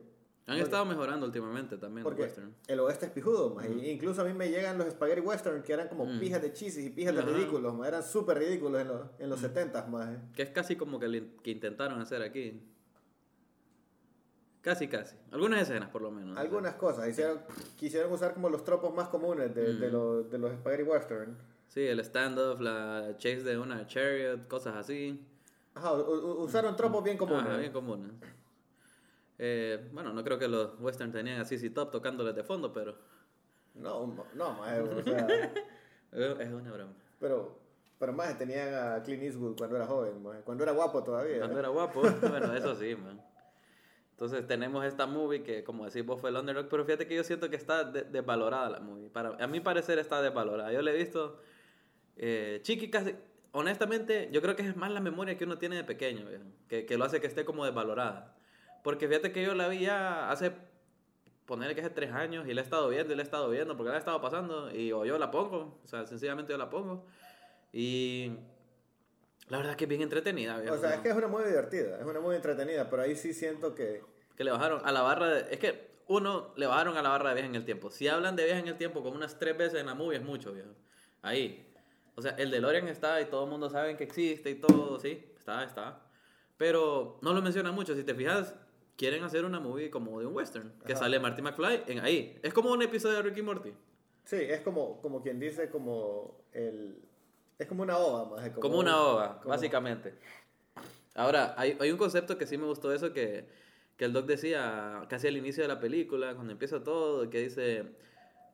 Speaker 2: Han estado mejorando últimamente también los
Speaker 1: Porque
Speaker 2: western.
Speaker 1: el oeste es pijudo, maje. Y Incluso a mí me llegan los spaghetti western que eran como
Speaker 2: Mm.
Speaker 1: pijas de chisis y pijas de
Speaker 2: Ajá. Mm.
Speaker 1: ridículos, maje. Eran súper ridículos en los, en los 70s, maje.
Speaker 2: Que es casi como que, le- que intentaron hacer aquí. Casi, casi. Algunas escenas, por lo menos.
Speaker 1: Algunas cosas. Hicieron, quisieron usar como los tropos más comunes de, de,
Speaker 2: Mm.
Speaker 1: los, de los spaghetti western.
Speaker 2: Sí, el stand-off, la chase de una chariot, cosas así.
Speaker 1: Ajá, u- u- usaron tropos bien comunes.
Speaker 2: Ajá, bien comunes. Eh, bueno, no creo que los western tenían así si top tocándoles de fondo, pero
Speaker 1: No, ma- no, maje, o sea,
Speaker 2: eh, es una broma.
Speaker 1: pero, pero maje, tenían a Clint Eastwood cuando era joven, maje, cuando era guapo todavía.
Speaker 2: Cuando era guapo, bueno, eso sí, man. Entonces tenemos esta movie que, como decís vos, fue el underdog, pero fíjate que yo siento que está de- desvalorada la movie. Para, a mi parecer está desvalorada. Yo la he visto eh, chiqui casi... Honestamente, yo creo que es más la memoria que uno tiene de pequeño, viejo, que, que lo hace que esté como desvalorada. Porque fíjate que yo la vi ya hace, ponerle que hace tres años, y la he estado viendo, y la he estado viendo, porque la he estado pasando, y o yo la pongo, o sea, sencillamente yo la pongo. Y la verdad es que es bien entretenida, viejo.
Speaker 1: O sea, es
Speaker 2: ¿no?
Speaker 1: que es una muy divertida, es una muy entretenida, pero ahí sí siento que...
Speaker 2: Que le bajaron a la barra de... Es que, uno, le bajaron a la barra de viaje en el tiempo. Si hablan de viaje en el tiempo como unas tres veces en la movie, es mucho, viejo. Ahí. O sea, el DeLorean está y todo el mundo sabe que existe y todo, sí. Está, está. Pero no lo mencionan mucho. Si te fijas, quieren hacer una movie como de un western. Que
Speaker 1: Ajá.
Speaker 2: sale Marty McFly en ahí. Es como un episodio de Ricky Morty.
Speaker 1: Sí, es como, como quien dice, como el... Es como una ova, maje. Como,
Speaker 2: Como una ova,
Speaker 1: como-
Speaker 2: básicamente. Ahora, hay, hay un concepto que sí me gustó eso que, que el Doc decía casi al inicio de la película, cuando empieza todo, que dice,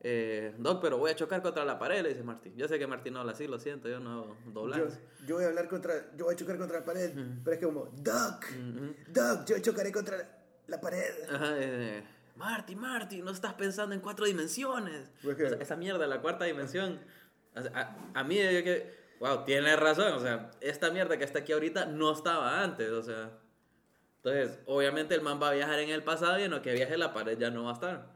Speaker 2: eh, Doc, pero voy a chocar contra la pared, le dice Martín. Yo sé que Martín no habla así, lo siento, yo no hago
Speaker 1: Yo,
Speaker 2: doblajes.
Speaker 1: yo voy a hablar contra... Yo voy a chocar contra la pared, pero es que como... Duck,
Speaker 2: Ujú.
Speaker 1: Duck, yo chocaré contra la, la pared.
Speaker 2: Ajá, eh, Marty, Marty, no estás pensando en cuatro dimensiones.
Speaker 1: Pues que-
Speaker 2: O sea, esa mierda, la cuarta dimensión. O sea, a, a mí, yo que, wow, tiene razón. O sea, esta mierda que está aquí ahorita no estaba antes. O sea, entonces, obviamente el man va a viajar en el pasado y en lo que viaje la pared ya no va a estar.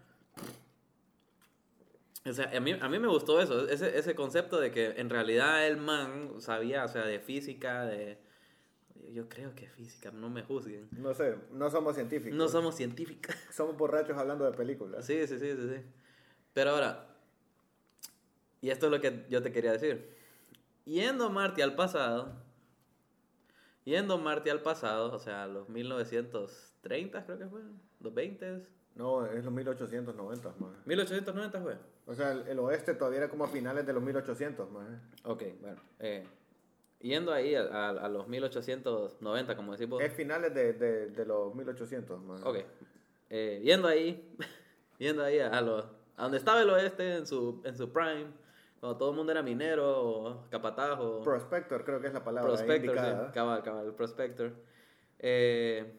Speaker 2: O sea, a mí, a mí me gustó eso, ese, ese concepto de que en realidad el man sabía, o sea, de física, de... Yo creo que física, no me juzguen.
Speaker 1: No sé, no somos científicos.
Speaker 2: No somos científicas.
Speaker 1: Somos borrachos hablando de películas.
Speaker 2: Sí, sí, sí, sí, sí. Pero ahora, y esto es lo que yo te quería decir. Yendo Marty al pasado, yendo Marty al pasado, o sea, los 1930 creo que fue, los 20s,
Speaker 1: No, es los 1890, maje.
Speaker 2: 1890 fue.
Speaker 1: O sea, el, el oeste todavía era como a finales de los 1800, maje.
Speaker 2: Ok, bueno. eh, yendo ahí a, a- a los 1890, como decimos.
Speaker 1: Es finales de, de, de los 1800, maje.
Speaker 2: Pues Ok. Eh, yendo ahí, yendo ahí a, a lo- a donde estaba el oeste en su, en su prime, cuando todo el mundo era minero o capataz o
Speaker 1: Prospector creo que es la palabra
Speaker 2: prospector, sí,
Speaker 1: indicada.
Speaker 2: cabal, cabal, prospector. Eh,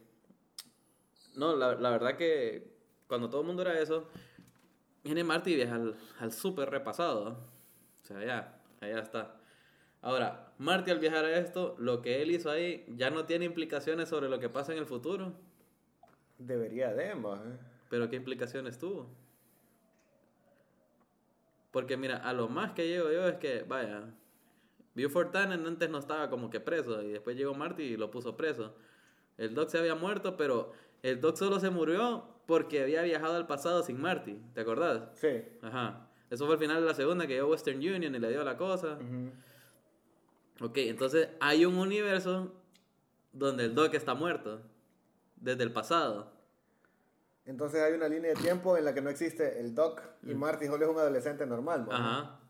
Speaker 2: no, la, la verdad que cuando todo el mundo era eso, viene Marty y viaja al, al súper repasado. O sea, ya, allá está. Ahora, Marty al viajar a esto, lo que él hizo ahí ya no tiene implicaciones sobre lo que pasa en el futuro.
Speaker 1: Debería de, maje.
Speaker 2: Pero ¿qué implicaciones tuvo? Porque mira, a lo más que llego yo es que, vaya, Buford Tannen antes no estaba como que preso y después llegó Marty y lo puso preso. El Doc se había muerto, pero el Doc solo se murió porque había viajado al pasado sin Marty, ¿te acordás?
Speaker 1: Sí.
Speaker 2: Ajá. Eso fue al final de la segunda que llegó Western Union y le dio la cosa.
Speaker 1: Ujú.
Speaker 2: Ok, entonces hay un universo donde el Doc está muerto, desde el pasado.
Speaker 1: Entonces hay una línea de tiempo en la que no existe el Doc y Marty solo es un adolescente normal, maje.
Speaker 2: Mm. Ajá.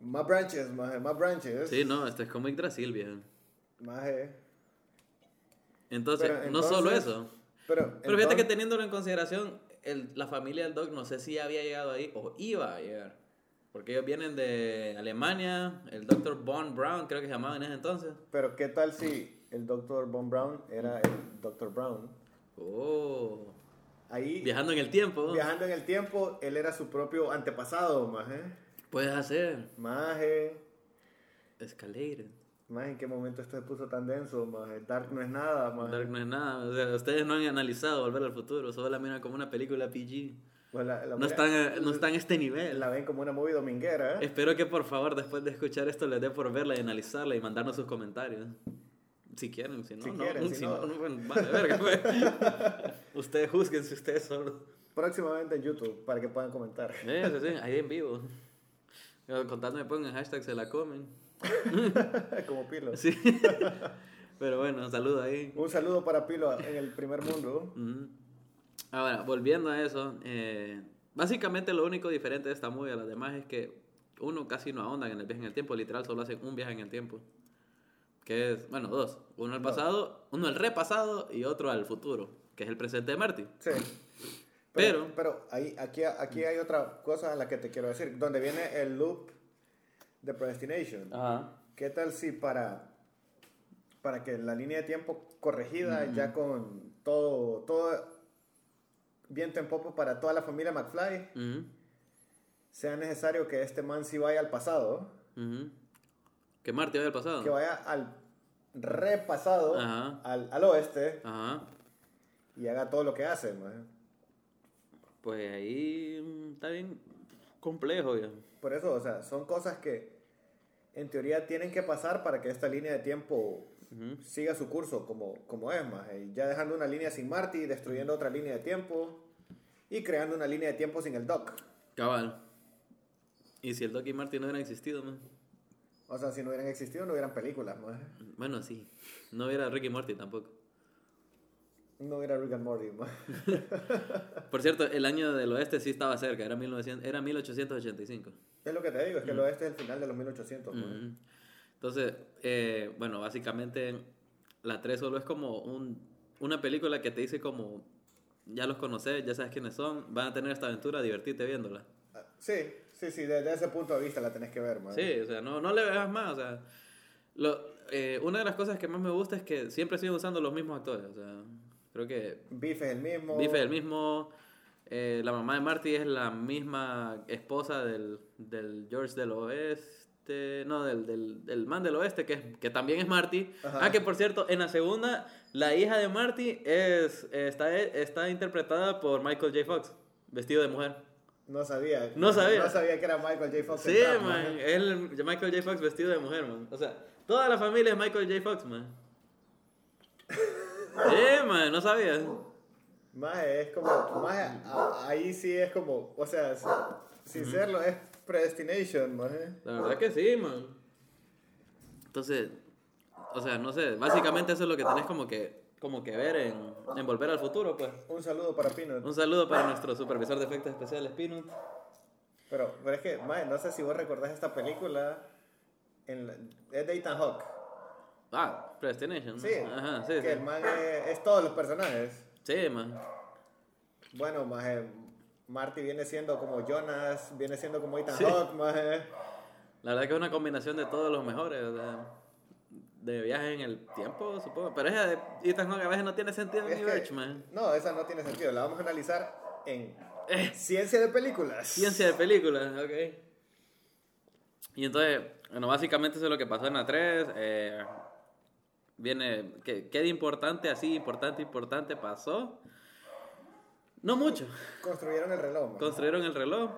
Speaker 1: Más branches, maje, más branches.
Speaker 2: Sí, no, esto es como Yggdrasil, viejo.
Speaker 1: Maje.
Speaker 2: Entonces,
Speaker 1: Pero
Speaker 2: no solo
Speaker 1: entonces-
Speaker 2: eso.
Speaker 1: Pero,
Speaker 2: Pero fíjate que
Speaker 1: entonces-
Speaker 2: teniéndolo en consideración, el- la familia del Doc no sé si había llegado ahí o iba a llegar. Porque ellos vienen de Alemania, el Dr. Von Brown creo que se llamaba en ese entonces.
Speaker 1: Pero qué tal si el Dr. Von Brown era el Dr. Brown.
Speaker 2: Oh,
Speaker 1: Ahí,
Speaker 2: viajando en el tiempo.
Speaker 1: viajando en el tiempo, él era su propio antepasado, eh. maje.
Speaker 2: Puedes hacer
Speaker 1: Maje.
Speaker 2: escalator.
Speaker 1: Maje, eh. ¿en qué momento esto se puso tan denso, maje? Dark no es nada, maje.
Speaker 2: Dark no es nada. O sea, ustedes no han analizado Volver al Futuro, solo la miran como una película PG.
Speaker 1: Pues la, la
Speaker 2: No
Speaker 1: mira-
Speaker 2: están, a- no están a este nivel.
Speaker 1: la ven como una movie dominguera. ¿eh?
Speaker 2: Espero que por favor después de escuchar esto les dé por verla y analizarla y mandarnos sus comentarios. Si quieren, si no,
Speaker 1: Si
Speaker 2: no.
Speaker 1: quieren, si
Speaker 2: si no,
Speaker 1: no.
Speaker 2: no, bueno, vale, verga, pues. ustedes juzguen si ustedes son.
Speaker 1: Próximamente en YouTube para que puedan comentar.
Speaker 2: Sí, sí, sí, ahí en vivo. Contándome, pongan hashtag se la comen.
Speaker 1: como Pilo.
Speaker 2: Sí. Pero bueno, saludo ahí.
Speaker 1: Un saludo para Pilo en el primer mundo.
Speaker 2: Ujú. Ahora, volviendo a eso, eh, básicamente lo único diferente de esta movie a las demás es que uno casi no ahonda en el viaje en el tiempo, literal solo hacen un viaje en el tiempo. Que es, bueno, dos. Uno al
Speaker 1: Dos.
Speaker 2: pasado, uno al repasado y otro al futuro, que es el presente de Marty.
Speaker 1: Sí.
Speaker 2: Pero-
Speaker 1: pero ahí, aquí, aquí hay otra cosa a la que te quiero decir, donde viene el loop de predestination.
Speaker 2: Ajá.
Speaker 1: ¿Qué tal si para, para que la línea de tiempo corregida, ya con todo, todo viento en popa para toda la familia McFly, sea necesario que este man sí vaya al pasado,
Speaker 2: Que Marty vaya al pasado.
Speaker 1: que vaya al repasado,
Speaker 2: Ajá.
Speaker 1: al, al oeste,
Speaker 2: Ajá.
Speaker 1: y haga todo lo que hace, man.
Speaker 2: Pues ahí mm, está bien complejo ya.
Speaker 1: Por eso, o sea, son cosas que en teoría tienen que pasar para que esta línea de tiempo
Speaker 2: Ujú.
Speaker 1: siga su curso como, como es más. eh, Ya dejando una línea sin Marty, destruyendo otra línea de tiempo y creando una línea de tiempo sin el Doc.
Speaker 2: Cabal. Y si el Doc y Marty no hubieran existido, man.
Speaker 1: O sea, si no hubieran existido, no hubieran películas más. eh.
Speaker 2: Bueno, sí. No hubiera Ricky Morty tampoco.
Speaker 1: No hubiera Rick and Morty más.
Speaker 2: Por cierto, el año del oeste sí estaba cerca, era, 1900, era 1885.
Speaker 1: Es lo que te digo, es que lo este es el final de los 1800. ma.
Speaker 2: Ujú. Entonces, eh, bueno, básicamente la 3 solo es como un, una película que te dice como, ya los conoces, ya sabes quiénes son, van a tener esta aventura, divertirte viéndola.
Speaker 1: Ah, Sí, sí, sí, desde ese punto de vista la tenés que ver más.
Speaker 2: Sí, o sea, no, no le veas más. O sea, lo- eh, una de las cosas que más me gusta es que siempre siguen usando los mismos actores. O sea, creo que
Speaker 1: Biff es el mismo.
Speaker 2: Biff es el mismo. eh, la mamá de Marty es la misma esposa del, del George del Oeste. No, del, del, del man del Oeste, que, es- que también es Marty.
Speaker 1: Ajá.
Speaker 2: Ah, que por cierto, en la segunda, la hija de Marty es, está, está interpretada por Michael J. Fox, vestido de mujer.
Speaker 1: No sabía.
Speaker 2: No sabía.
Speaker 1: No sabía que era Michael J. Fox.
Speaker 2: Sí,
Speaker 1: el Trap, ma.
Speaker 2: man. él- Michael J. Fox vestido de mujer, man. O sea, toda la familia es Michael J. Fox, man. Sí, man, no sabía.
Speaker 1: Más es como, más ahí sí es como, o sea, si- sin serlo es predestination, más.
Speaker 2: La verdad que sí, man. Entonces, o sea, no sé. Básicamente eso es lo que tenés como que, como que ver en, en Volver al Futuro, pues.
Speaker 1: Un saludo para Pino.
Speaker 2: Un saludo para nuestro supervisor de efectos especiales, Pinot.
Speaker 1: Pero, pero es que, más, no sé si vos recordás esta película, en la- es de Ethan Hawke.
Speaker 2: Ah, Predestination. ¿no?
Speaker 1: Sí,
Speaker 2: Ajá, sí,
Speaker 1: que el
Speaker 2: sí.
Speaker 1: man es, es todos los personajes.
Speaker 2: Sí, man.
Speaker 1: Bueno, más Marty viene siendo como Jonas, viene siendo como Ethan
Speaker 2: Sí.
Speaker 1: Hawke, más
Speaker 2: La verdad que es una combinación de todos los mejores, o sea, de viaje en el tiempo, supongo. Pero esa de Ethan Hawke a veces no tiene sentido
Speaker 1: Es que-
Speaker 2: ni verge, man.
Speaker 1: No, esa no tiene sentido, la vamos a analizar en
Speaker 2: Eh.
Speaker 1: ciencia de películas.
Speaker 2: Ciencia de películas, ok. Y entonces, bueno, básicamente eso es lo que pasó en la 3. eh, viene, ¿qué, qué de importante, así, importante, importante pasó? No mucho.
Speaker 1: Construyeron el reloj, maje.
Speaker 2: Construyeron el reloj,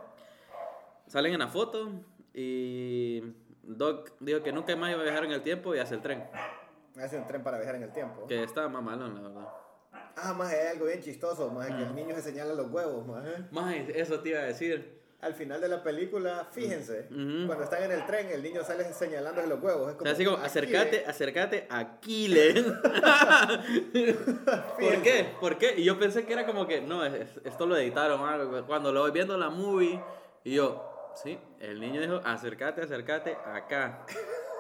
Speaker 2: salen en la foto y Doc dijo que nunca más iba a viajar en el tiempo y hace el tren.
Speaker 1: Hace un tren para viajar en el tiempo.
Speaker 2: Que está mamalón, la verdad.
Speaker 1: Ah, más es algo bien chistoso, más que
Speaker 2: Ah.
Speaker 1: el niño se señala los huevos, más.
Speaker 2: Más, eso te iba a decir.
Speaker 1: Al final de la película, fíjense,
Speaker 2: Ujú.
Speaker 1: cuando están en el tren, el niño sale señalándose los huevos. Es
Speaker 2: Mm. Mm-hmm. O
Speaker 1: como,
Speaker 2: sea, así como,
Speaker 1: aquí,
Speaker 2: acércate,
Speaker 1: eh.
Speaker 2: acércate, aquí le. ¿Por qué? ¿Por qué? Y yo pensé que era como que, no, es- es- esto lo editaron o algo. Cuando lo voy viendo la movie, y yo, sí, el niño dijo, acércate, acércate, acá.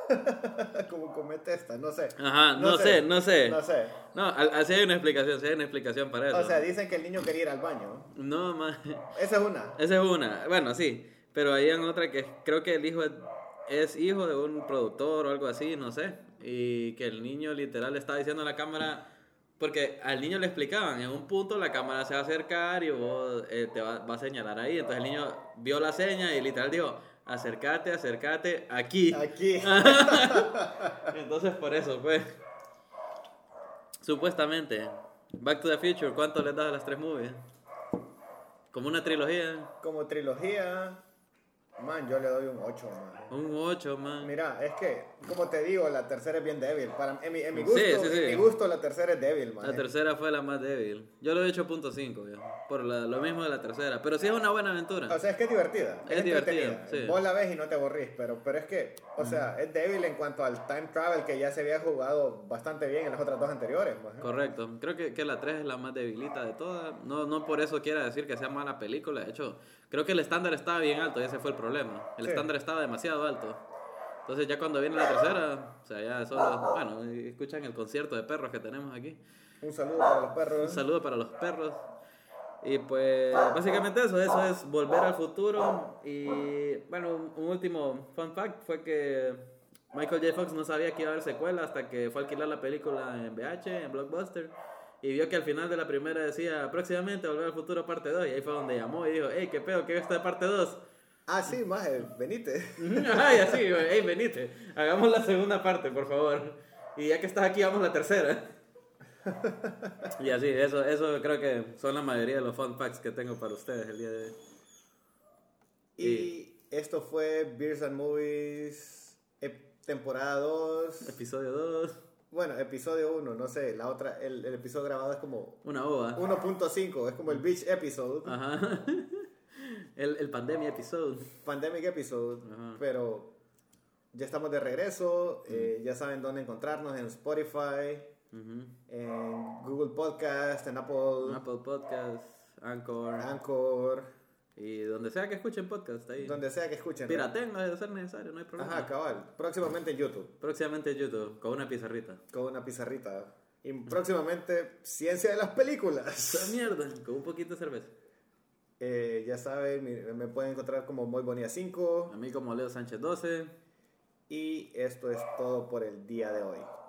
Speaker 1: como comete esta, no sé.
Speaker 2: Ajá, no, sé, no sé.
Speaker 1: No sé.
Speaker 2: No, a- así hay una explicación, sí hay una explicación para eso.
Speaker 1: O sea, dicen que el niño quería ir al baño.
Speaker 2: no, más.
Speaker 1: Esa es una.
Speaker 2: Esa es una, bueno, sí. Pero hay en otra que creo que el hijo es, es hijo de un productor o algo así, no sé. Y que el niño literal le está diciendo a la cámara, porque al niño le explicaban, en un punto la cámara se va a acercar y vos eh, te va, va a señalar ahí. Entonces el niño vio la seña y literal dijo, acércate, acércate, aquí.
Speaker 1: Aquí.
Speaker 2: Ah. Entonces por eso, pues. Supuestamente, Back to the Future, ¿cuánto le das a las tres movies? Como una trilogía.
Speaker 1: Como trilogía, man, yo le doy un 8, man.
Speaker 2: Un 8, man.
Speaker 1: Mira, es que, como te digo, la tercera es bien débil. Para, en, mi, en mi gusto,
Speaker 2: Sí, sí, sí.
Speaker 1: en mi gusto, la tercera es débil, man.
Speaker 2: La tercera fue la más débil. Yo le doy 8.5, yo. Por la- lo mismo de la tercera. Pero sí es una buena
Speaker 1: O
Speaker 2: aventura.
Speaker 1: sea, es que es divertida. Es,
Speaker 2: Es divertida,
Speaker 1: entretenida.
Speaker 2: sí.
Speaker 1: Vos la ves y no te aburrís, pero, pero es que, o sea, es débil en cuanto al time travel que ya se había jugado bastante bien en las otras dos anteriores. pues, maje.
Speaker 2: Correcto. Creo que, que la 3 es la más debilita de todas. No, no por eso quiera decir que sea mala película. De hecho, creo que el estándar estaba bien alto y ese fue el problema. El
Speaker 1: Sí.
Speaker 2: estándar estaba demasiado alto. Entonces ya cuando viene la tercera, o sea, ya solo... Bueno, y escuchan el concierto de perros que tenemos aquí.
Speaker 1: Un saludo para los perros.
Speaker 2: Un saludo para los perros. Y pues básicamente eso, eso es volver al futuro. Y bueno, un último fun fact fue que Michael J. Fox no sabía que iba a haber secuela hasta que fue a alquilar la película en VH, en Blockbuster. Y vio que al final de la primera decía, próximamente Volver al Futuro parte 2. Y ahí fue donde llamó y dijo, hey, qué pedo, que esta de parte 2.
Speaker 1: Ah, sí, maje, venite.
Speaker 2: Ay, así, hey, venite, hagamos la segunda parte, por favor. Y ya que estás aquí, vamos a la tercera. Y así, eso, eso creo que son la mayoría de los fun facts que tengo para ustedes el día de hoy.
Speaker 1: Y esto fue Beers and Movies, ep- temporada 2.
Speaker 2: Episodio 2,
Speaker 1: Bueno, episodio 1, no sé, la otra, el, el episodio grabado es como
Speaker 2: una ova.
Speaker 1: 1.5, es como el Beach Episode,
Speaker 2: Ajá. El, el pandemia episode.
Speaker 1: Pandemic Episode,
Speaker 2: Ajá.
Speaker 1: pero ya estamos de regreso, eh, ya saben dónde encontrarnos en Spotify,
Speaker 2: Ujú.
Speaker 1: en Google Podcast, en Apple,
Speaker 2: Apple Podcast, Anchor.
Speaker 1: Anchor,
Speaker 2: Y donde sea que escuchen podcast ahí.
Speaker 1: donde sea que escuchen. ¿no?
Speaker 2: Piraten, no debe ser necesario, no hay problema.
Speaker 1: Ajá, cabal. Próximamente en YouTube.
Speaker 2: Próximamente YouTube, con una pizarrita.
Speaker 1: con una pizarrita. Y próximamente, ciencia de las películas.
Speaker 2: Esa mierda, con un poquito de cerveza.
Speaker 1: Eh, ya saben, mi- me pueden encontrar como Muy Bonía 5.
Speaker 2: A mí como Leo Sánchez 12.
Speaker 1: Y esto es todo por el día de hoy.